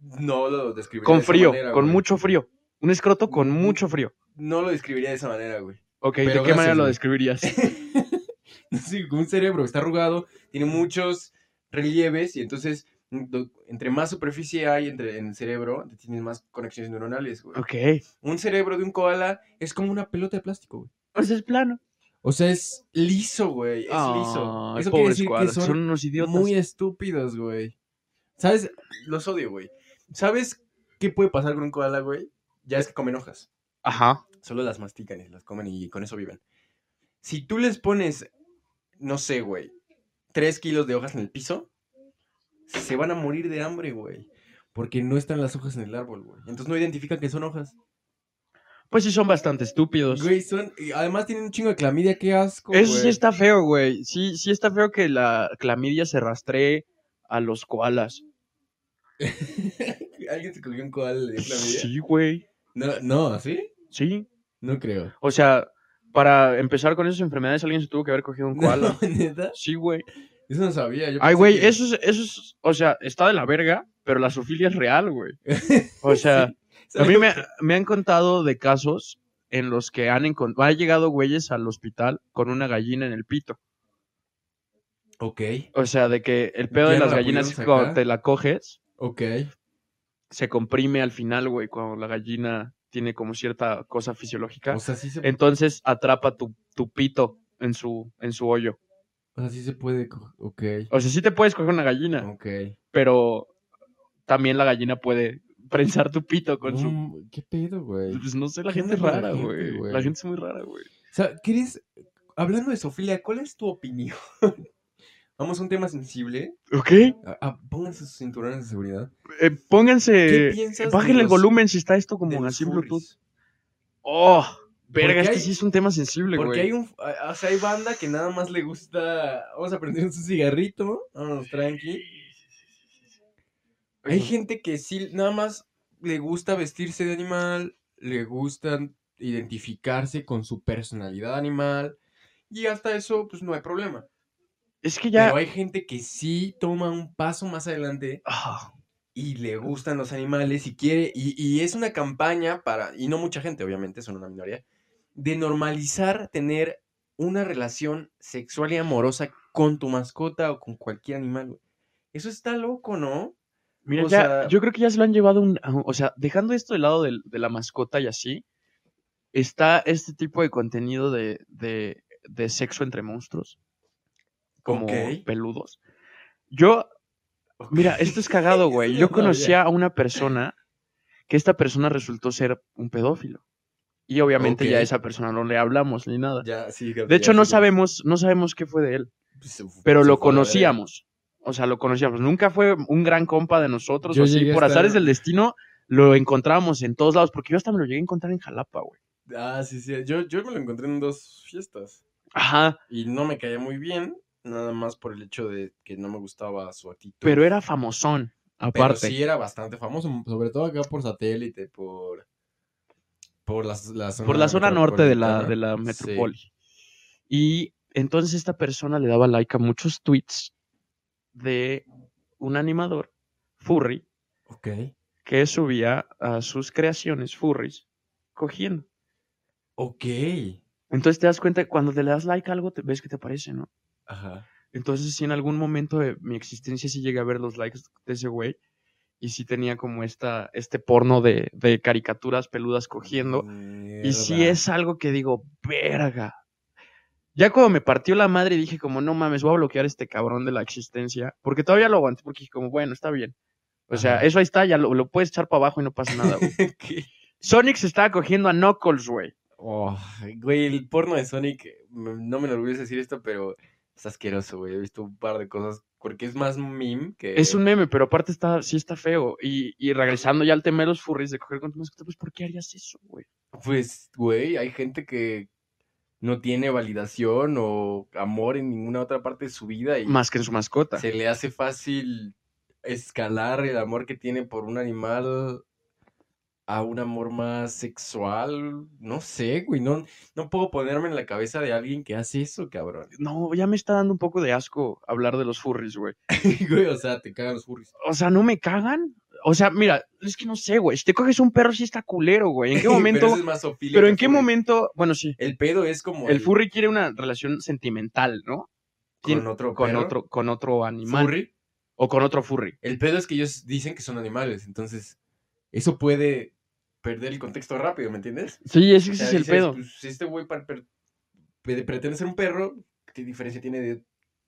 B: No lo describiría de
A: Con
B: esa
A: frío,
B: manera,
A: con
B: güey.
A: mucho frío. Un escroto con
B: Mm.
A: mucho frío.
B: No lo describiría de esa manera, güey.
A: Ok, ¿de qué
B: Pero
A: manera
B: gracias,
A: lo
B: güey.
A: describirías?
B: sí, como un cerebro que está arrugado, tiene muchos relieves y entonces lo- entre más superficie hay entre, en el cerebro, tienes más conexiones neuronales, güey.
A: ok.
B: Un cerebro de un koala es como una pelota de plástico, güey.
A: Pues es plano.
B: O sea, es liso, güey. Es liso.
A: Ay,
B: Eso quiere
A: pobres
B: decir que
A: koalas, son,
B: son
A: unos idiotas.
B: Muy estúpidos, güey. ¿Sabes? Los odio, güey. ¿Sabes qué puede pasar con un koala, güey? Ya es que comen hojas.
A: Ajá.
B: Solo las mastican y las comen y con eso viven. Si tú les pones, no sé, güey, tres kilos de hojas en el piso, se van a morir de hambre, güey. Porque no están las hojas en el árbol, güey. Entonces no identifican que son hojas.
A: Pues sí son bastante estúpidos.
B: Güey, son... y además tienen un chingo de clamidia, qué asco,
A: Eso sí
B: güey.
A: está feo, güey. Sí, sí está feo que la clamidia se rastree a los koalas.
B: ¿Alguien se cogió un koala y le dio clamidia?
A: Sí, güey.
B: No, no, ¿sí?
A: Sí.
B: No creo.
A: O sea, para empezar con esas enfermedades, alguien se tuvo que haber cogido un koala.
B: No, ¿neta?
A: Sí, güey.
B: Eso no sabía. yo
A: Ay,
B: pensé
A: güey,
B: que-
A: eso es, eso es, o sea, está de la verga, pero la zoofilia es real, güey. O sea,
B: Sí.
A: a mí me, me han contado de casos en los que han encontrado, ha llegado güeyes al hospital con una gallina en el pito.
B: Ok,
A: O sea, de que el pedo
B: Ya
A: de
B: no
A: las
B: la
A: gallinas
B: pudieron
A: es cuando
B: sacar.
A: te la coges,
B: ok.
A: se comprime al final, güey, cuando la gallina tiene como cierta cosa fisiológica.
B: O sea, sí se,
A: Entonces atrapa tu, tu pito en su, en su hoyo.
B: o sea, sí se puede. co- Ok,
A: O sea, sí te puedes coger una gallina,
B: ok.
A: pero también la gallina puede prensar tu pito con su
B: Mm, ¿Qué pedo, güey?
A: Pues no sé, la
B: ¿Qué
A: gente es
B: onda con la
A: rara,
B: gente,
A: güey. La
B: güey?
A: gente es muy rara, güey.
B: O sea, ¿quieres. Hablando de Sofía, ¿cuál es tu opinión? Vamos a un tema sensible.
A: ¿Ok?
B: Ah, ah, pónganse sus cinturones de seguridad.
A: eh,
B: ¿Qué
A: pónganse.
B: piensas? de
A: Bájenle Eh, el
B: los-
A: volumen si está esto
B: de
A: como
B: los
A: así en
B: furries?
A: Bluetooth. ¡Oh!
B: Porque
A: Verga, este
B: hay-
A: sí es un tema sensible,
B: Porque hay
A: güey.
B: un. ah, O sea, hay banda que nada más le gusta. Vamos a prender un cigarrito. Vámonos, tranqui. Hay gente que sí, nada más le gusta vestirse de animal, le gustan identificarse con su personalidad animal, y hasta eso, pues no hay problema.
A: Es que ya.
B: Pero hay gente que sí toma un paso más adelante
A: Ah,
B: y le gustan los animales y quiere, y, y es una campaña para, y no mucha gente, obviamente, son una minoría, de normalizar tener una relación sexual y amorosa con tu mascota o con cualquier animal. güey. Eso está loco, ¿no?
A: mira,
B: o
A: ya,
B: sea-
A: yo creo que ya se lo han llevado a un. a un- O sea, dejando esto de lado del- de, la mascota y así, está este tipo de contenido de, de, de sexo entre monstruos, como
B: Ok.
A: peludos. Yo, mira, esto es cagado, güey. Yo
B: No, ya.
A: conocía a una persona que esta persona resultó ser un pedófilo. Y obviamente ya
B: Ok.
A: a esa persona no le hablamos ni nada.
B: Ya, sí,
A: De hecho, no sabemos, no sabemos qué fue de él. pero lo conocíamos. O sea, lo conocíamos. Nunca fue un gran compa de nosotros.
B: Yo
A: o así.
B: llegué a
A: Por
B: estar-
A: azares del destino, lo encontrábamos en todos lados. Porque yo hasta me lo llegué a encontrar en Jalapa, güey.
B: Ah, sí, sí. Yo, yo me lo encontré en dos fiestas.
A: Ajá,
B: Y no me caía muy bien, nada más por el hecho de que no me gustaba su actitud.
A: pero era famosón,
B: Pero
A: aparte.
B: sí era bastante famoso, sobre todo acá por satélite, por. Por las- la, zona
A: por la zona norte de la, de la
B: Sí.
A: metrópoli. Y entonces esta persona le daba like a muchos tweets de un animador, Furry,
B: Ok.
A: que subía a sus creaciones, Furries, cogiendo.
B: Ok.
A: Entonces te das cuenta que cuando te le das like a algo, te ves que te aparece, ¿no?
B: Ajá.
A: Entonces, sí, en algún momento de mi existencia sí llegué a ver los likes de ese güey. Y sí tenía como esta, este porno de, de caricaturas peludas cogiendo. Y sí
B: Mierda.
A: es algo que digo, verga. Ya cuando me partió la madre dije como, no mames, voy a bloquear a este cabrón de la existencia. Porque todavía lo aguanté, porque dije como, bueno, está bien. O sea,
B: Ajá.
A: eso ahí está, ya lo, lo puedes echar para abajo y no pasa nada, güey.
B: ¿Qué?
A: Sonic se estaba cogiendo a Knuckles, güey.
B: Oh, güey, el porno de Sonic, m- no me enorgullece decir esto, pero es asqueroso, güey. He visto un par de cosas, porque es más meme que...
A: Es un meme, pero aparte está, sí está feo. Y, y regresando ya al tema de los furries de coger con tu mascota, pues ¿por qué harías eso, güey?
B: Pues, güey, hay gente que no tiene validación o amor en ninguna otra parte de su vida y
A: más que en su mascota.
B: se le hace fácil escalar el amor que tiene por un animal a un amor más sexual. No sé, güey, no, no puedo ponerme en la cabeza de alguien que hace eso, cabrón.
A: No, ya me está dando un poco de asco hablar de los furries, güey.
B: Güey, o sea, te cagan los furries.
A: O sea, ¿no me cagan? O sea, mira, es que no sé, güey. Si te coges un perro, sí está culero, güey. ¿En qué momento?
B: Pero,
A: pero,
B: eso es más zoofilia que
A: en qué
B: furry.
A: momento. Bueno, sí.
B: El pedo es como.
A: El furry quiere una relación sentimental, ¿no?
B: Con otro.
A: Con
B: perro,
A: otro, con otro animal.
B: Furry.
A: O con otro furry.
B: El pedo es que ellos dicen que son animales. Entonces, eso puede perder el contexto rápido, ¿me entiendes?
A: Sí, ese,
B: O
A: ese
B: sea,
A: es el
B: dices,
A: pedo.
B: pues, si este güey par- per- pre- pretende ser un perro, ¿qué diferencia tiene de.?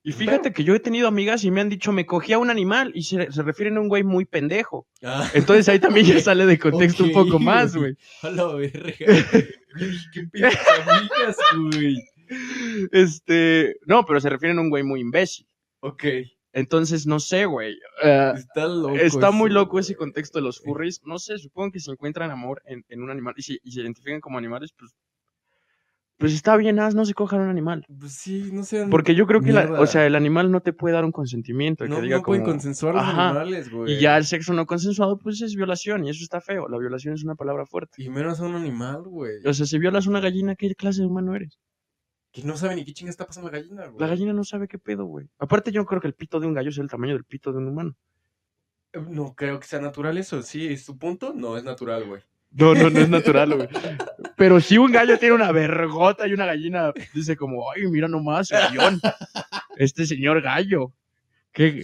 A: Y fíjate que yo he tenido amigas y me han dicho, me cogía un animal y se, se refieren a un güey muy pendejo.
B: Ah,
A: Entonces ahí también ya
B: Ok,
A: sale de contexto
B: ok,
A: un poco más, güey.
B: a la verga. Güey, qué pinches amigas, güey.
A: Este. No, pero se refieren a un güey muy imbécil.
B: Ok,
A: Entonces, no sé, güey. Eh,
B: está loco.
A: está muy
B: eso,
A: loco
B: güey.
A: ese contexto de los furries. No sé, supongo que si encuentran amor en, en un animal y se, y se identifican como animales, pues. Pues está bien, haz, no se cojan un animal.
B: Pues sí, no sé.
A: Porque yo creo que la- o
B: Mierda.
A: sea, el animal no te puede dar un consentimiento. que
B: no,
A: diga
B: no pueden
A: como-
B: consensuar los
A: Ajá.
B: animales, güey.
A: y ya el sexo no consensuado, pues es violación y eso está feo. La violación es una palabra fuerte.
B: Y menos a un animal, güey.
A: O sea, si violas una gallina, ¿qué clase de humano eres?
B: Que no sabe ni qué chinga está pasando la gallina, güey.
A: La gallina no sabe qué pedo, güey. Aparte, yo no creo que el pito de un gallo sea el tamaño del pito de un humano.
B: Eh, No creo que sea natural eso, sí, es tu punto, no es natural, güey.
A: No, no, no es natural, güey. Pero si un gallo tiene una vergota y una gallina dice como, ay, mira nomás, su avión. Este señor gallo. Qué,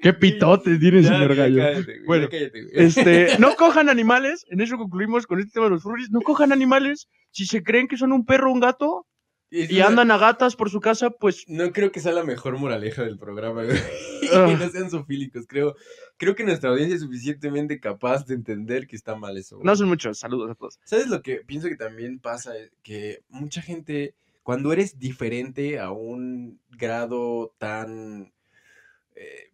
A: qué pitote tiene el
B: Ya,
A: señor
B: ya,
A: gallo.
B: cállate, güey,
A: Bueno,
B: ya cállate, güey.
A: Este, no cojan animales, en eso concluimos con este tema de los furries, no cojan animales. Si se creen que son un perro o un gato
B: Es
A: y
B: una-
A: andan a gatas por su casa, pues
B: No creo que sea la mejor moraleja del programa, güey.
A: Ah.
B: que no sean zoofílicos, creo. Creo que nuestra audiencia es suficientemente capaz de entender que está mal eso. güey.
A: no son muchos. Saludos a todos.
B: ¿Sabes lo que pienso que también pasa? Es Que mucha gente, cuando eres diferente a un grado tan eh,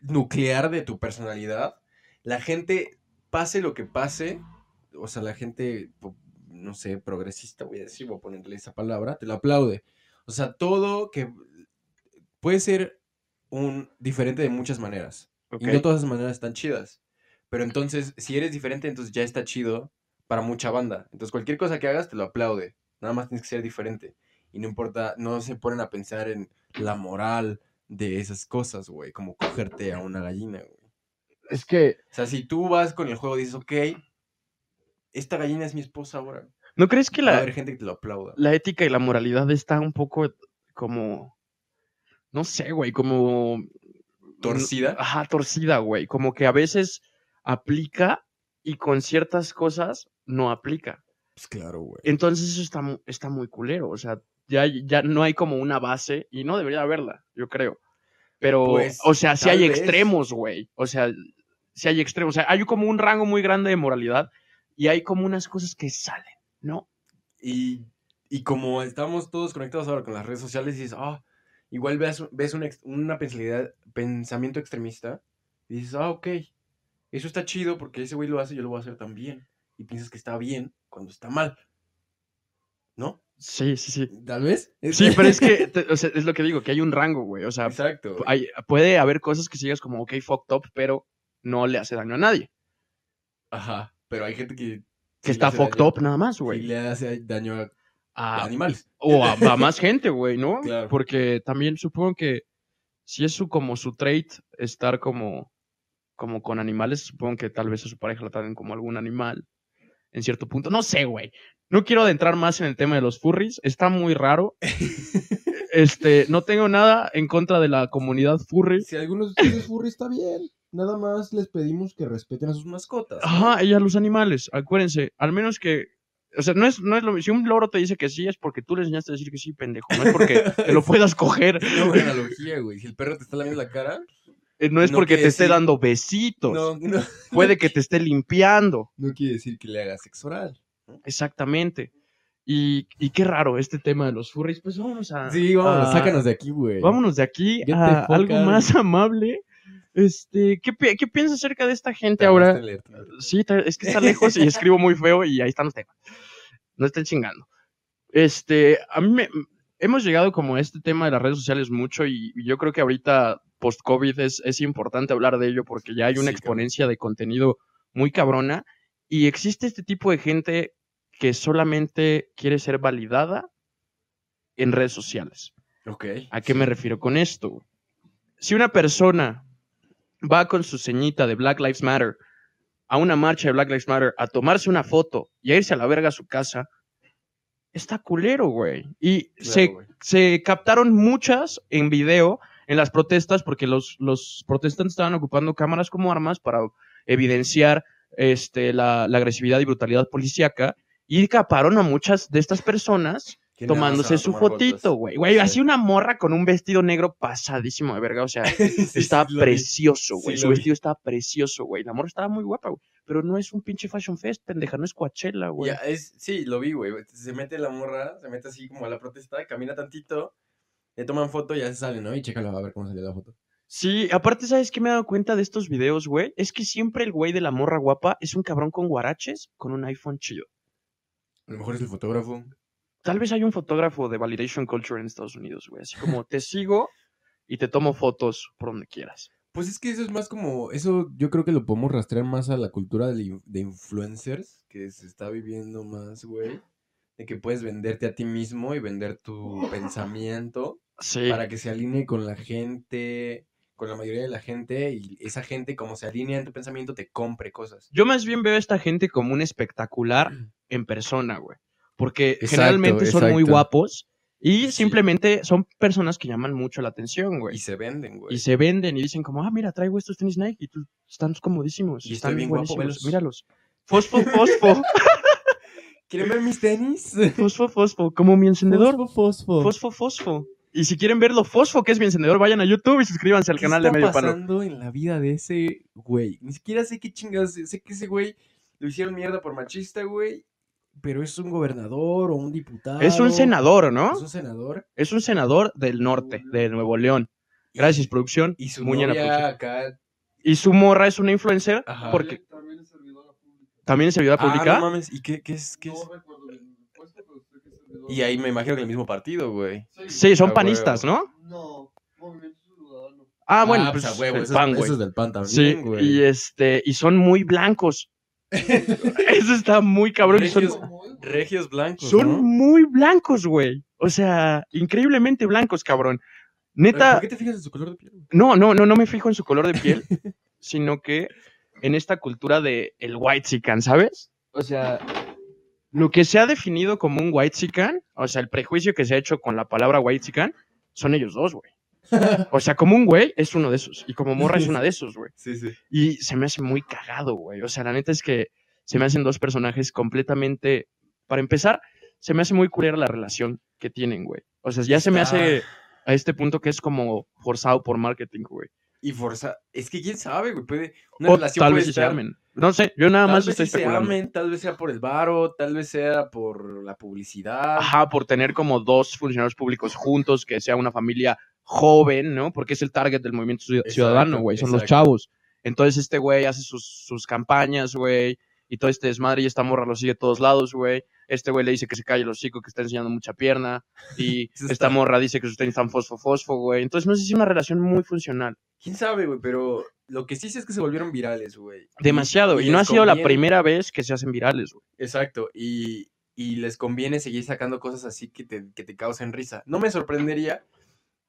B: nuclear de tu personalidad, la gente, pase lo que pase, o sea, la gente, po- no sé, progresista, voy a decir, voy a ponerle esa palabra, te lo aplaude. O sea, todo que puede ser un diferente de muchas maneras.
A: Ok.
B: Y no todas las maneras están chidas. Pero entonces, si eres diferente, entonces ya está chido para mucha banda. Entonces, cualquier cosa que hagas te lo aplaude. Nada más tienes que ser diferente. Y no importa, no se ponen a pensar en la moral de esas cosas, güey. Como cogerte a una gallina, güey.
A: Es que,
B: O sea, si tú vas con el juego y dices, ok, esta gallina es mi esposa ahora.
A: ¿no crees que
B: Va a
A: la,
B: haber gente que te lo aplauda.
A: la ética y la moralidad está un poco como, no sé, güey, como...
B: Torcida.
A: Ajá, torcida, güey. Como que a veces aplica y con ciertas cosas no aplica.
B: Pues claro, güey.
A: Entonces eso está, mu- está muy culero. O sea, ya, ya no hay como una base y no debería haberla, yo creo. Pero,
B: Pues,
A: o sea, sí
B: tal
A: hay
B: vez.
A: extremos, güey. O sea, sí hay extremos. O sea, hay como un rango muy grande de moralidad y hay como unas cosas que salen, ¿no?
B: Y, y como estamos todos conectados ahora con las redes sociales, dices, ah, igual ves, ves una, ex- una pensalidad- pensamiento extremista y dices, ah, ok, eso está chido porque ese güey lo hace, yo lo voy a hacer también. Y piensas que está bien cuando está mal. ¿No?
A: Sí, sí, sí.
B: Tal vez.
A: Sí, pero es que, te- o sea, es lo que digo, que hay un rango, güey. O sea,
B: Exacto. güey.
A: hay- puede haber cosas que sigas como, ok, fucked up, pero no le hace daño a nadie.
B: Ajá. Pero hay gente que.
A: Que está fucked
B: foctop
A: up nada más,
B: güey.
A: güey.
B: Y le hace daño a
A: Ah,
B: animales.
A: o a, a más gente, güey, ¿no?
B: Claro.
A: Porque también supongo que si es su como su trait estar como como con animales, supongo que tal vez a su pareja la traten como algún animal en cierto punto. No sé, güey. No quiero adentrar más en el tema de los furries, está muy raro. Este, no tengo nada en contra de la comunidad furry.
B: Si algunos de ustedes furry está bien. Nada más les pedimos que respeten a sus mascotas.
A: Ajá, y a los animales, acuérdense, al menos que o sea, no es, no es lo Si un loro te dice que sí, es porque tú le enseñaste a decir que sí, pendejo. No es porque te lo puedas coger.
B: Es una buena analogía, güey. Si el perro te está lamiendo la cara,
A: Eh, No es
B: No
A: porque te
B: quiere
A: esté
B: decir-
A: dando besitos.
B: no, no,
A: Puede que te esté limpiando.
B: no quiere decir que le hagas sexo oral.
A: Exactamente. Y, y qué raro este tema de los furries. Pues vámonos a.
B: Sí, vámonos,
A: a-
B: sácanos de aquí, güey.
A: Ah. Vámonos de aquí
B: Get the
A: a
B: fuck
A: algo
B: out.
A: más amable. Este, ¿qué, pi- qué piensas acerca de esta gente
B: Tardaste
A: ahora?
B: en leerte.
A: Sí, ta- es que está lejos y escribo muy feo y ahí están los temas. No estén chingando. Este, a mí me- hemos llegado como a este tema de las redes sociales mucho y, y yo creo que ahorita post-COVID es, es importante hablar de ello porque ya hay una
B: Sí, cabrón.
A: exponencia de contenido muy cabrona y existe este tipo de gente que solamente quiere ser validada en redes sociales.
B: Ok.
A: ¿A qué me refiero con esto? güey? Si una persona va con su ceñita de Black Lives Matter a una marcha de Black Lives Matter a tomarse una foto y a irse a la verga a su casa, está culero, güey. Y
B: Claro,
A: se,
B: güey.
A: se captaron muchas en video en las protestas porque los, los protestantes estaban ocupando cámaras como armas para evidenciar este, la, la agresividad y brutalidad policíaca y caparon a muchas de estas personas
B: ¿Quién nada más
A: tomándose
B: se va a
A: su
B: tomar
A: fotito,
B: fotos?
A: güey. Güey,
B: Sí.
A: así una morra con un vestido negro pasadísimo de verga. O sea,
B: Sí, sí,
A: estaba
B: lo vi.
A: precioso, güey.
B: Sí,
A: su
B: lo vi.
A: vestido estaba precioso, güey. La morra estaba muy guapa, güey. Pero no es un pinche fashion fest, pendeja. No es Coachella, güey.
B: Ya, es, sí, lo vi, güey. Se mete la morra, se mete así como a la protesta, camina tantito, le toman foto y ya se sale, ¿no? Y chécalo a ver cómo salió la foto.
A: Sí, aparte, ¿sabes qué me he dado cuenta de estos videos, güey? Es que siempre el güey de la morra guapa es un cabrón con guaraches con un iPhone chido.
B: A lo mejor es el fotógrafo.
A: Tal vez hay un fotógrafo de Validation Culture en Estados Unidos, güey. Así como te sigo y te tomo fotos por donde quieras.
B: Pues es que eso es más como, eso yo creo que lo podemos rastrear más a la cultura de, in- de influencers que se está viviendo más, güey. De que puedes venderte a ti mismo y vender tu pensamiento
A: Sí.
B: para que se alinee con la gente, con la mayoría de la gente y esa gente como se alinea en tu pensamiento te compre cosas.
A: Yo más bien veo a esta gente como un espectacular en persona, güey. Porque
B: Mm. Exacto,
A: generalmente son muy
B: exacto.
A: guapos y
B: Sí.
A: simplemente son personas que llaman mucho la atención, güey.
B: Y se venden,
A: Y
B: güey.
A: se venden y dicen como, ah, mira, traigo estos tenis Nike y tú, están comodísimos.
B: Y estoy
A: están
B: bien guapo,
A: buenísimos,
B: velos".
A: míralos. Fosfo, fosfo,
B: ¿Quieren ver mis tenis?
A: fosfo, fosfo, como mi encendedor.
B: Fosfo, fosfo.
A: Fosfo, fosfo. Y si quieren verlo fosfo, que es mi encendedor, vayan a YouTube y suscríbanse al
B: ¿Qué
A: canal de
B: está
A: Medio Palo.
B: pasando en la vida de ese güey? Ni siquiera sé qué chingados, sé que ese güey lo hicieron mierda por machista, güey, pero es un gobernador o un diputado.
A: Es un senador, ¿no?
B: Es un senador.
A: Es un senador del norte, de Nuevo León.
B: Y-
A: Gracias, producción.
B: Y su
A: Muñe la
B: novia
A: producción.
B: acá.
A: Y su morra es una influencer
B: Ajá.
A: porque
D: También es servidora pública.
A: también es servidora
B: Ah,
A: pública.
B: no mames, ¿y qué, qué es? Qué es?
D: No recuerdo el puesto, pero sé que es servidora.
B: Y ahí me imagino que el mismo partido, güey.
D: Sí.
A: Sí,
B: Ah,
A: son
B: huevo.
A: panistas, ¿no?
D: No, Movimiento Ciudadano.
A: Ah, bueno,
B: Ah,
A: pues,
B: a huevo,
A: el
B: eso, es-
A: pan,
B: eso
A: güey.
B: es del pan también,
A: Sí,
B: güey.
A: y este, y son muy blancos. Eso está muy cabrón. y Son,
B: Regios, regios blancos,
A: son
B: ¿no?
A: muy blancos, güey. O sea, increíblemente blancos, cabrón. Neta,
B: ¿Por qué te fijas en su color de piel? güey?
A: no, no, no, no me fijo en su color de piel, sino que en esta cultura de el white chican, ¿sabes? O sea, lo que se ha definido como un white chican, o sea, el prejuicio que se ha hecho con la palabra white chican, son ellos dos, güey. O sea, como un güey es uno de esos y como morra es una de esos, güey.
B: Sí, sí.
A: Y se me hace muy cagado, güey. O sea, la neta es que se me hacen dos personajes completamente. Para empezar, se me hace muy culera la relación que tienen, güey. O sea, ya se me
B: Está-
A: hace a este punto que es como forzado por marketing, güey.
B: Y Forza, es que quién sabe, güey, puede una
A: O
B: relación
A: tal
B: puede
A: vez sí se
B: estar-
A: armen. No sé, yo nada
B: Tal
A: más
B: vez
A: estoy
B: sí se
A: especulando.
B: amen, tal vez sea por el varo, tal vez sea por la publicidad.
A: Ajá, por tener como dos funcionarios públicos juntos, que sea una familia joven, ¿no? Porque es el target del movimiento ciu-
B: Exacto,
A: ciudadano, güey, son los
B: exacto.
A: chavos. Entonces este güey hace sus, sus campañas, güey, y todo este desmadre y esta morra lo sigue a todos lados, güey. Este güey le dice que se calle el hocico, que está enseñando mucha pierna, y
B: Eso
A: esta
B: está-
A: morra dice que sus tenis están fosfo-fosfo, güey. Entonces no sé si es una relación muy funcional.
B: ¿Quién sabe, güey? Pero lo que sí sé es que se volvieron virales, güey.
A: Demasiado, y,
B: les
A: no ha sido la
B: conviene-
A: primera vez que se hacen virales, güey.
B: Exacto, y, y les conviene seguir sacando cosas así que te, que te causen risa. No me sorprendería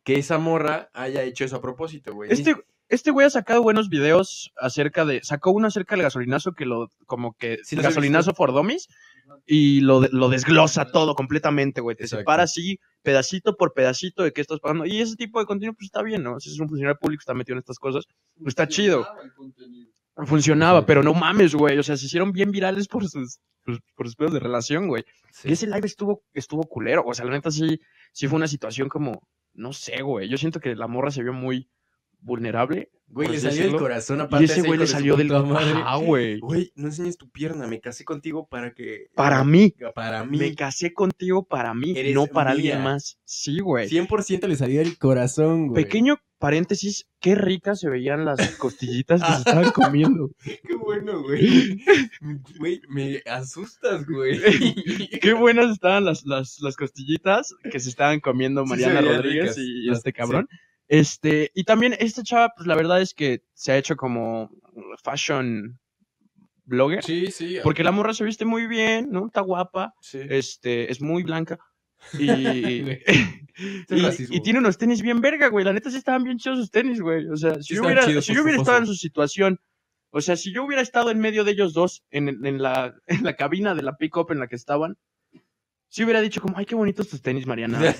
B: que esa morra haya hecho eso a propósito, güey.
A: Este, este güey ha sacado buenos videos acerca de. Sacó uno acerca del gasolinazo que lo. Como que.
B: Sí, los he
A: gasolinazo for dummies. Y lo, de- lo desglosa todo completamente, güey. Te
B: Exacto.
A: separa así, pedacito por pedacito de qué estás pagando. Y ese tipo de contenido, pues está bien, ¿no? Si es un funcionario público, está metido en estas cosas. Está chido. Funcionaba,
B: Exacto.
A: pero no mames, güey. O sea, se hicieron bien virales por sus. Por, por sus pedos de relación, güey.
B: Sí.
A: Y ese live estuvo, estuvo culero. O sea, la neta sí, sí fue una situación como. No sé, güey. Yo siento que la morra se vio muy vulnerable.
B: Güey,
A: por
B: le
A: así
B: salió
A: decirlo.
B: del corazón
A: Y
B: aparte.
A: ese güey
B: hijo
A: le
B: de su
A: salió del.
B: puta madre.
A: Ajá, güey.
B: Güey, no enseñes tu pierna, me casé contigo para que...
A: Para mí.
B: Para
A: Me
B: mí.
A: casé contigo para mí,
B: Eres
A: no para alguien
B: mía.
A: más. Sí, güey.
B: 100% le salía del corazón, güey.
A: Pequeño paréntesis, qué ricas se veían las costillitas que se estaban comiendo.
B: Qué bueno, güey. Güey, me asustas, güey.
A: Qué buenas estaban las, las, las costillitas que se estaban comiendo
B: Sí,
A: Mariana
B: se veían
A: Rodríguez
B: ricas.
A: y
B: Las-
A: este cabrón. Este, y también esta chava, pues la verdad es que se ha hecho como fashion blogger.
C: Sí, sí.
A: Porque la morra se viste muy bien, ¿no? Está guapa.
B: Sí.
A: este, es muy blanca. Y, y,
B: es racismo,
A: y tiene unos tenis bien verga, güey. La neta sí estaban bien chidos sus tenis, güey. O sea, si yo
B: estaban
A: hubiera,
B: chidos,
A: si yo hubiera
B: fosfosos.
A: estado en su situación, o sea, si yo hubiera estado en medio de ellos dos, en, el- en la, en la cabina de la pick-up en la que estaban, si hubiera dicho como, ay, qué bonitos tus tenis, Mariana.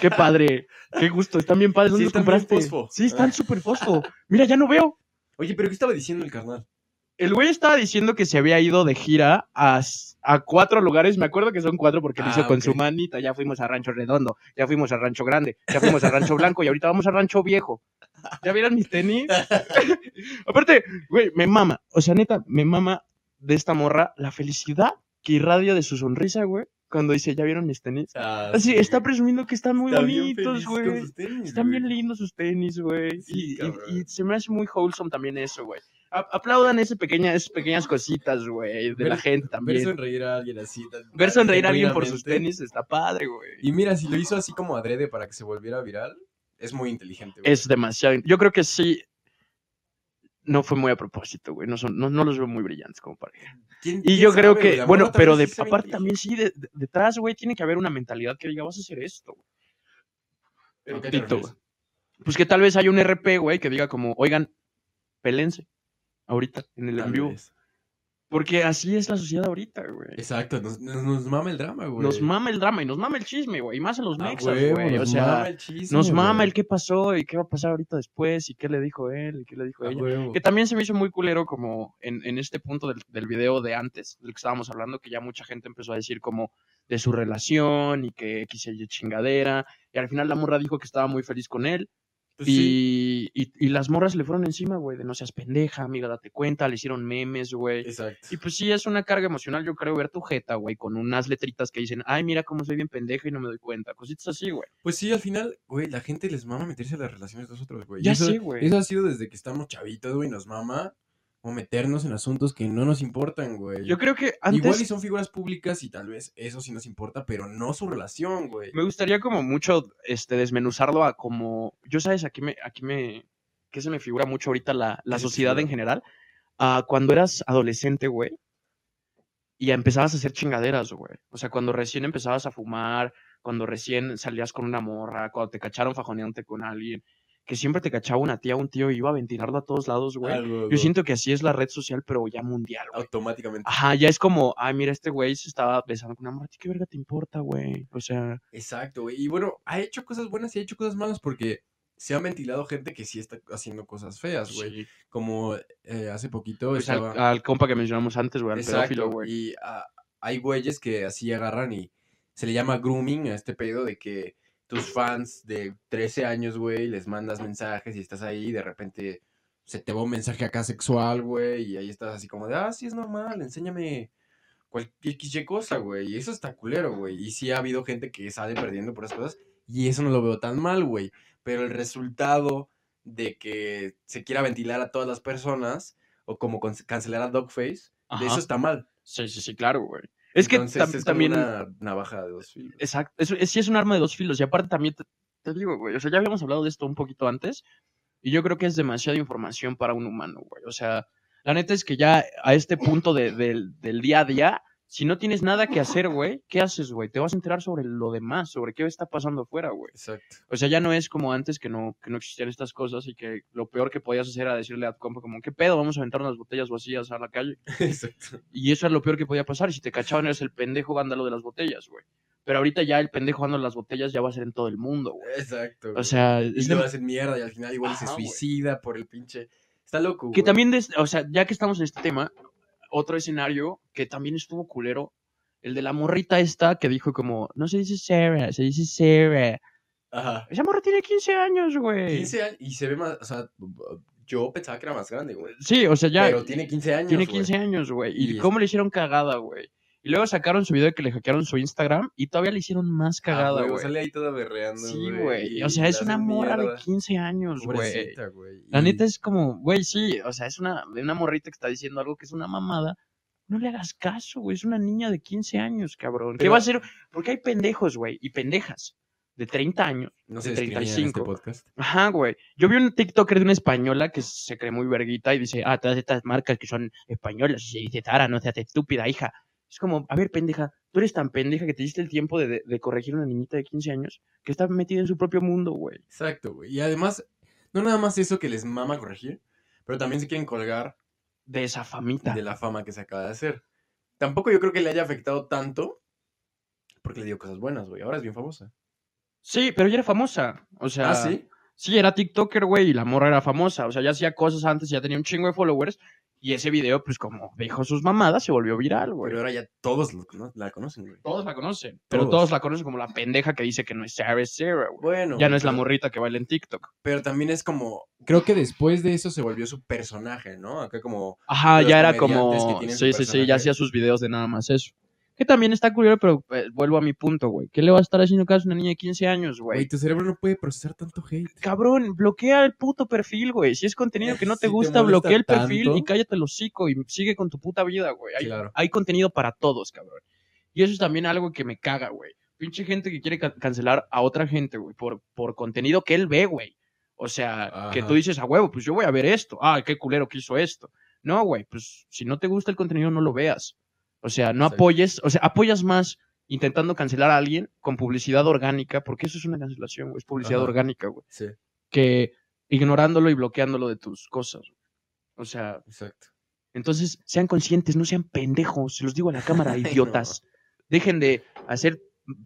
A: Qué padre, qué gusto, están bien padres. ¿Dónde
B: Sí,
A: los
B: están bien
A: compraste?
B: fosfo.
A: Sí, están súper fosfo. Mira, ya no veo.
B: Oye, pero ¿qué estaba diciendo el carnal?
A: El güey estaba diciendo que se había ido de gira a, s- a cuatro lugares. Me acuerdo que son cuatro porque lo
B: Ah,
A: hizo con
B: ok.
A: su manita. Ya fuimos a Rancho Redondo, ya fuimos a Rancho Grande, ya fuimos a Rancho Blanco y ahorita vamos a Rancho Viejo. ¿Ya vieron mis tenis? Aparte, güey, me mama. O sea, neta, me mama de esta morra la felicidad que irradia de su sonrisa, güey, cuando dice, ¿ya vieron mis tenis?
B: Ah,
A: Así, Ah, está presumiendo que están muy bonitos, güey. Están bien lindos sus tenis, güey.
B: Sí,
A: y,
B: cabrón.
A: y- y se me hace muy wholesome también eso, güey. A- aplaudan ese pequeña, esas pequeñas cositas, güey, de la
B: Ver-
A: gente
B: Ver
A: también.
B: sonreír a alguien así. tan-
A: Ver sonreír a alguien por sus
B: genuinamente.
A: tenis está padre, güey.
B: Y mira, si lo hizo así como adrede para que se volviera viral, es muy inteligente, güey.
A: Es demasiado. Yo creo que sí. No fue muy a propósito, güey. No, son- no, no los veo muy brillantes como pareja.
B: ¿Quién-
A: Y
B: quién
A: yo creo
B: sabe, güey?
A: que,
B: La
A: bueno,
B: morra
A: pero
B: también
A: de,
B: sí se ve
A: aparte
B: inteligente.
A: también sí, de- de- detrás, güey, tiene que haber una mentalidad que diga, vas a hacer esto. güey.
B: ¿Pero qué te
A: Tito,
B: refieres?
A: güey. Pues que tal vez haya un RP, güey, que diga como, oigan, pelense. Ahorita, en el
B: Tal
A: en vivo.
B: vez.
A: Porque así es la sociedad ahorita, güey.
B: Exacto, nos, nos- nos mama el drama, güey.
A: Nos mama el drama y nos mama el chisme, güey. Y más a los
B: Ah,
A: mexas,
B: huevo,
A: güey. O
B: nos
A: sea,
B: mama el chisme,
A: nos mama
B: güey.
A: el qué pasó y qué va a pasar ahorita después y qué le dijo él y qué le dijo
B: Ah,
A: ella.
B: huevo.
A: Que también se me hizo muy culero como en, en este punto del, del video de antes, del que estábamos hablando, que ya mucha gente empezó a decir como de su relación y que X y Y chingadera. Y al final la morra dijo que estaba muy feliz con él.
B: Pues
A: y,
B: sí,
A: y- y las morras le fueron encima, güey, de no seas pendeja, amiga, date cuenta. Le hicieron memes, güey.
B: Exacto.
A: Y pues sí, es una carga emocional, yo creo, ver tu jeta, güey, con unas letritas que dicen, ay, mira cómo soy bien pendeja y no me doy cuenta. Cositas así, güey.
B: Pues sí, al final, güey, la gente les mama meterse a las relaciones de nosotros, güey. Y
A: Ya
B: eso,
A: sé, güey.
B: Eso ha sido desde que estamos chavitos, güey, nos mama o meternos en asuntos que no nos importan, güey.
A: Yo creo que
B: Igual y
A: antes
B: son figuras públicas y tal vez eso sí nos importa, pero no su relación, güey.
A: me gustaría como mucho este, desmenuzarlo a como, yo sabes, aquí me, aquí me, que se me figura mucho ahorita la, la
B: ¿Qué se te
A: sociedad
B: figura?
A: en general, a cuando eras adolescente, güey, y empezabas a hacer chingaderas, güey. O sea, cuando recién empezabas a fumar, cuando recién salías con una morra, cuando te cacharon fajoneante con alguien, que siempre te cachaba una tía, un tío y iba a ventilarlo a todos lados, güey.
B: Algo,
A: Yo
B: güey,
A: siento Ah. que así es la red social, pero ya mundial, güey.
B: automáticamente.
A: Ajá, ya es como, ay, mira, este güey se estaba besando con una morra, ¿a ti ¿qué verga te importa, güey? O sea,
B: Exacto, güey. Y bueno, ha hecho cosas buenas y ha hecho cosas malas porque se ha ventilado gente que sí está haciendo cosas feas, güey.
A: sí.
B: Como eh, hace poquito
A: Pues al,
B: estaba-
A: al compa que mencionamos antes, güey, al pedófilo, güey.
B: Y ah, hay güeyes que así agarran y se le llama grooming a este pedo de que tus fans de 13 años, güey, les mandas mensajes y estás ahí y de repente se te va un mensaje acá sexual, güey, y ahí estás así como de, ah, sí es normal, enséñame cualquier XY cosa, güey, y eso está culero, güey, y sí ha habido gente que sale perdiendo por esas cosas, y eso no lo veo tan mal, güey, pero el resultado de que se quiera ventilar a todas las personas, o como con- cancelar a Dogface, de
A: Ajá.
B: eso está mal.
A: Sí, sí, sí, claro, güey. Es que
B: Entonces,
A: tam-
B: es como
A: también...
B: una navaja de dos filos.
A: Exacto, es, es- sí es un arma de dos filos. Y aparte también te, te digo, güey, o sea, ya habíamos hablado de esto un poquito antes. Y yo creo que es demasiada información para un humano, güey. O sea, la neta es que ya a este punto de- del- del día a día, si no tienes nada que hacer, güey, ¿qué haces, güey? Te vas a enterar sobre lo demás, sobre qué está pasando afuera, güey.
B: Exacto.
A: O sea, ya no es como antes que no, que no existían estas cosas y que lo peor que podías hacer era decirle a tu compa como, ¿qué pedo? Vamos a aventar unas botellas vacías a la calle.
B: Exacto.
A: Y eso era lo peor que podía pasar. y Si te cachaban, eres el pendejo vándalo de las botellas, güey. Pero ahorita ya el pendejo vándalo de las botellas ya va a ser en todo el mundo, güey.
B: Exacto.
A: O
B: güey.
A: sea,
B: y
A: es
B: lo
A: de-
B: hacen mierda y al final igual y se
A: Ajá, güey.
B: suicida por el pinche. Está loco.
A: que
B: güey.
A: también, des- o sea, ya que estamos en este tema, otro escenario que también estuvo culero, el de la morrita esta que dijo como, no se dice Sarah, se dice Sarah.
B: Ajá.
A: Esa morra tiene 15 años, güey.
B: 15 años y se ve más. O sea, yo pensaba que era más grande, güey.
A: Sí, o sea, ya
B: Pero tiene 15 años.
A: tiene
B: güey.
A: 15 años, güey. ¿Y,
B: Y es-
A: cómo le hicieron cagada, güey? Y luego sacaron su video de que le hackearon su Instagram y todavía le hicieron más
B: Ah,
A: cagada,
B: güey,
A: güey.
B: Sale ahí toda berreando.
A: Sí, güey. O
B: y
A: sea, es
B: la
A: una
B: hacen
A: morra de
B: mierda.
A: 15 años, güey.
B: Pobrecita, güey.
A: La
B: Y-
A: neta es como, güey, sí. O sea, es una, una morrita que está diciendo algo que es una mamada. No le hagas caso, güey. Es una niña de 15 años, cabrón. ¿Qué
B: Pero-
A: va a hacer? Porque hay pendejos, güey. Y pendejas. De 30 años.
B: No
A: de
B: se discrimina en este
A: 35.
B: podcast.
A: Ajá, güey. Yo vi un TikToker de una española que se cree muy verguita y dice, ah, todas estas marcas que son españolas, y se dice Tara, no seas estúpida, hija. Es como, a ver, pendeja, tú eres tan pendeja que te diste el tiempo de, de- de corregir a una niñita de 15 años que está metida en su propio mundo, güey.
B: Exacto, güey. Y además, no nada más eso que les mama corregir, pero también se quieren colgar
A: De esa famita.
B: de la fama que se acaba de hacer. Tampoco yo creo que le haya afectado tanto, porque le dio cosas buenas, güey. Ahora es bien famosa.
A: Sí, pero ella era famosa. O sea,
B: Ah, sí.
A: Sí, era TikToker, güey, y la morra era famosa. O sea, ya hacía cosas antes, ya tenía un chingo de followers. Y ese video, pues como dijo sus mamadas, se volvió viral, güey.
B: Pero ahora ya todos lo cono- la conocen, güey.
A: Todos la conocen. Pero
B: Todos.
A: todos la conocen como la pendeja que dice que no es Sarah Sarah, güey.
B: Bueno.
A: ya
B: güey,
A: no es la
B: pero-
A: morrita que baila en TikTok.
B: Pero también es como. Creo que después de eso se volvió su personaje, ¿no? Acá como.
A: Ajá,
B: Los
A: ya era
B: comediantes que
A: como.
B: tienen su
A: Sí, sí, sí,
B: personaje.
A: ya hacía sus videos de nada más eso. Que también está curioso, pero eh, vuelvo a mi punto, güey. ¿Qué le va a estar haciendo caso a una niña de 15 años,
B: Güey,
A: güey?
B: tu cerebro no puede procesar tanto hate.
A: Cabrón, bloquea el puto perfil, güey. Si es contenido que no te
B: Si te
A: gusta,
B: molesta
A: bloquea el perfil y
B: tanto.
A: cállate el hocico y sigue con tu puta vida, güey. Hay,
B: Claro.
A: hay contenido para todos, cabrón. Y eso es también algo que me caga, güey. Pinche gente que quiere ca- cancelar a otra gente, güey, por, por contenido que él ve, güey. O sea, que tú
B: Ajá.
A: dices, a huevo, pues yo voy a ver esto. Ah, qué culero que hizo esto. No, güey, pues si no te gusta el contenido, no lo veas. O sea, no
B: Exacto.
A: apoyes, o sea, apoyas más intentando cancelar a alguien con publicidad orgánica, porque eso es una cancelación, güey, es publicidad
B: Ajá.
A: orgánica, güey,
B: Sí,
A: que ignorándolo y bloqueándolo de tus cosas. O sea,
B: exacto.
A: entonces, sean conscientes, no sean pendejos, se los digo a la cámara,
B: Ay, no.
A: idiotas. Dejen de hacer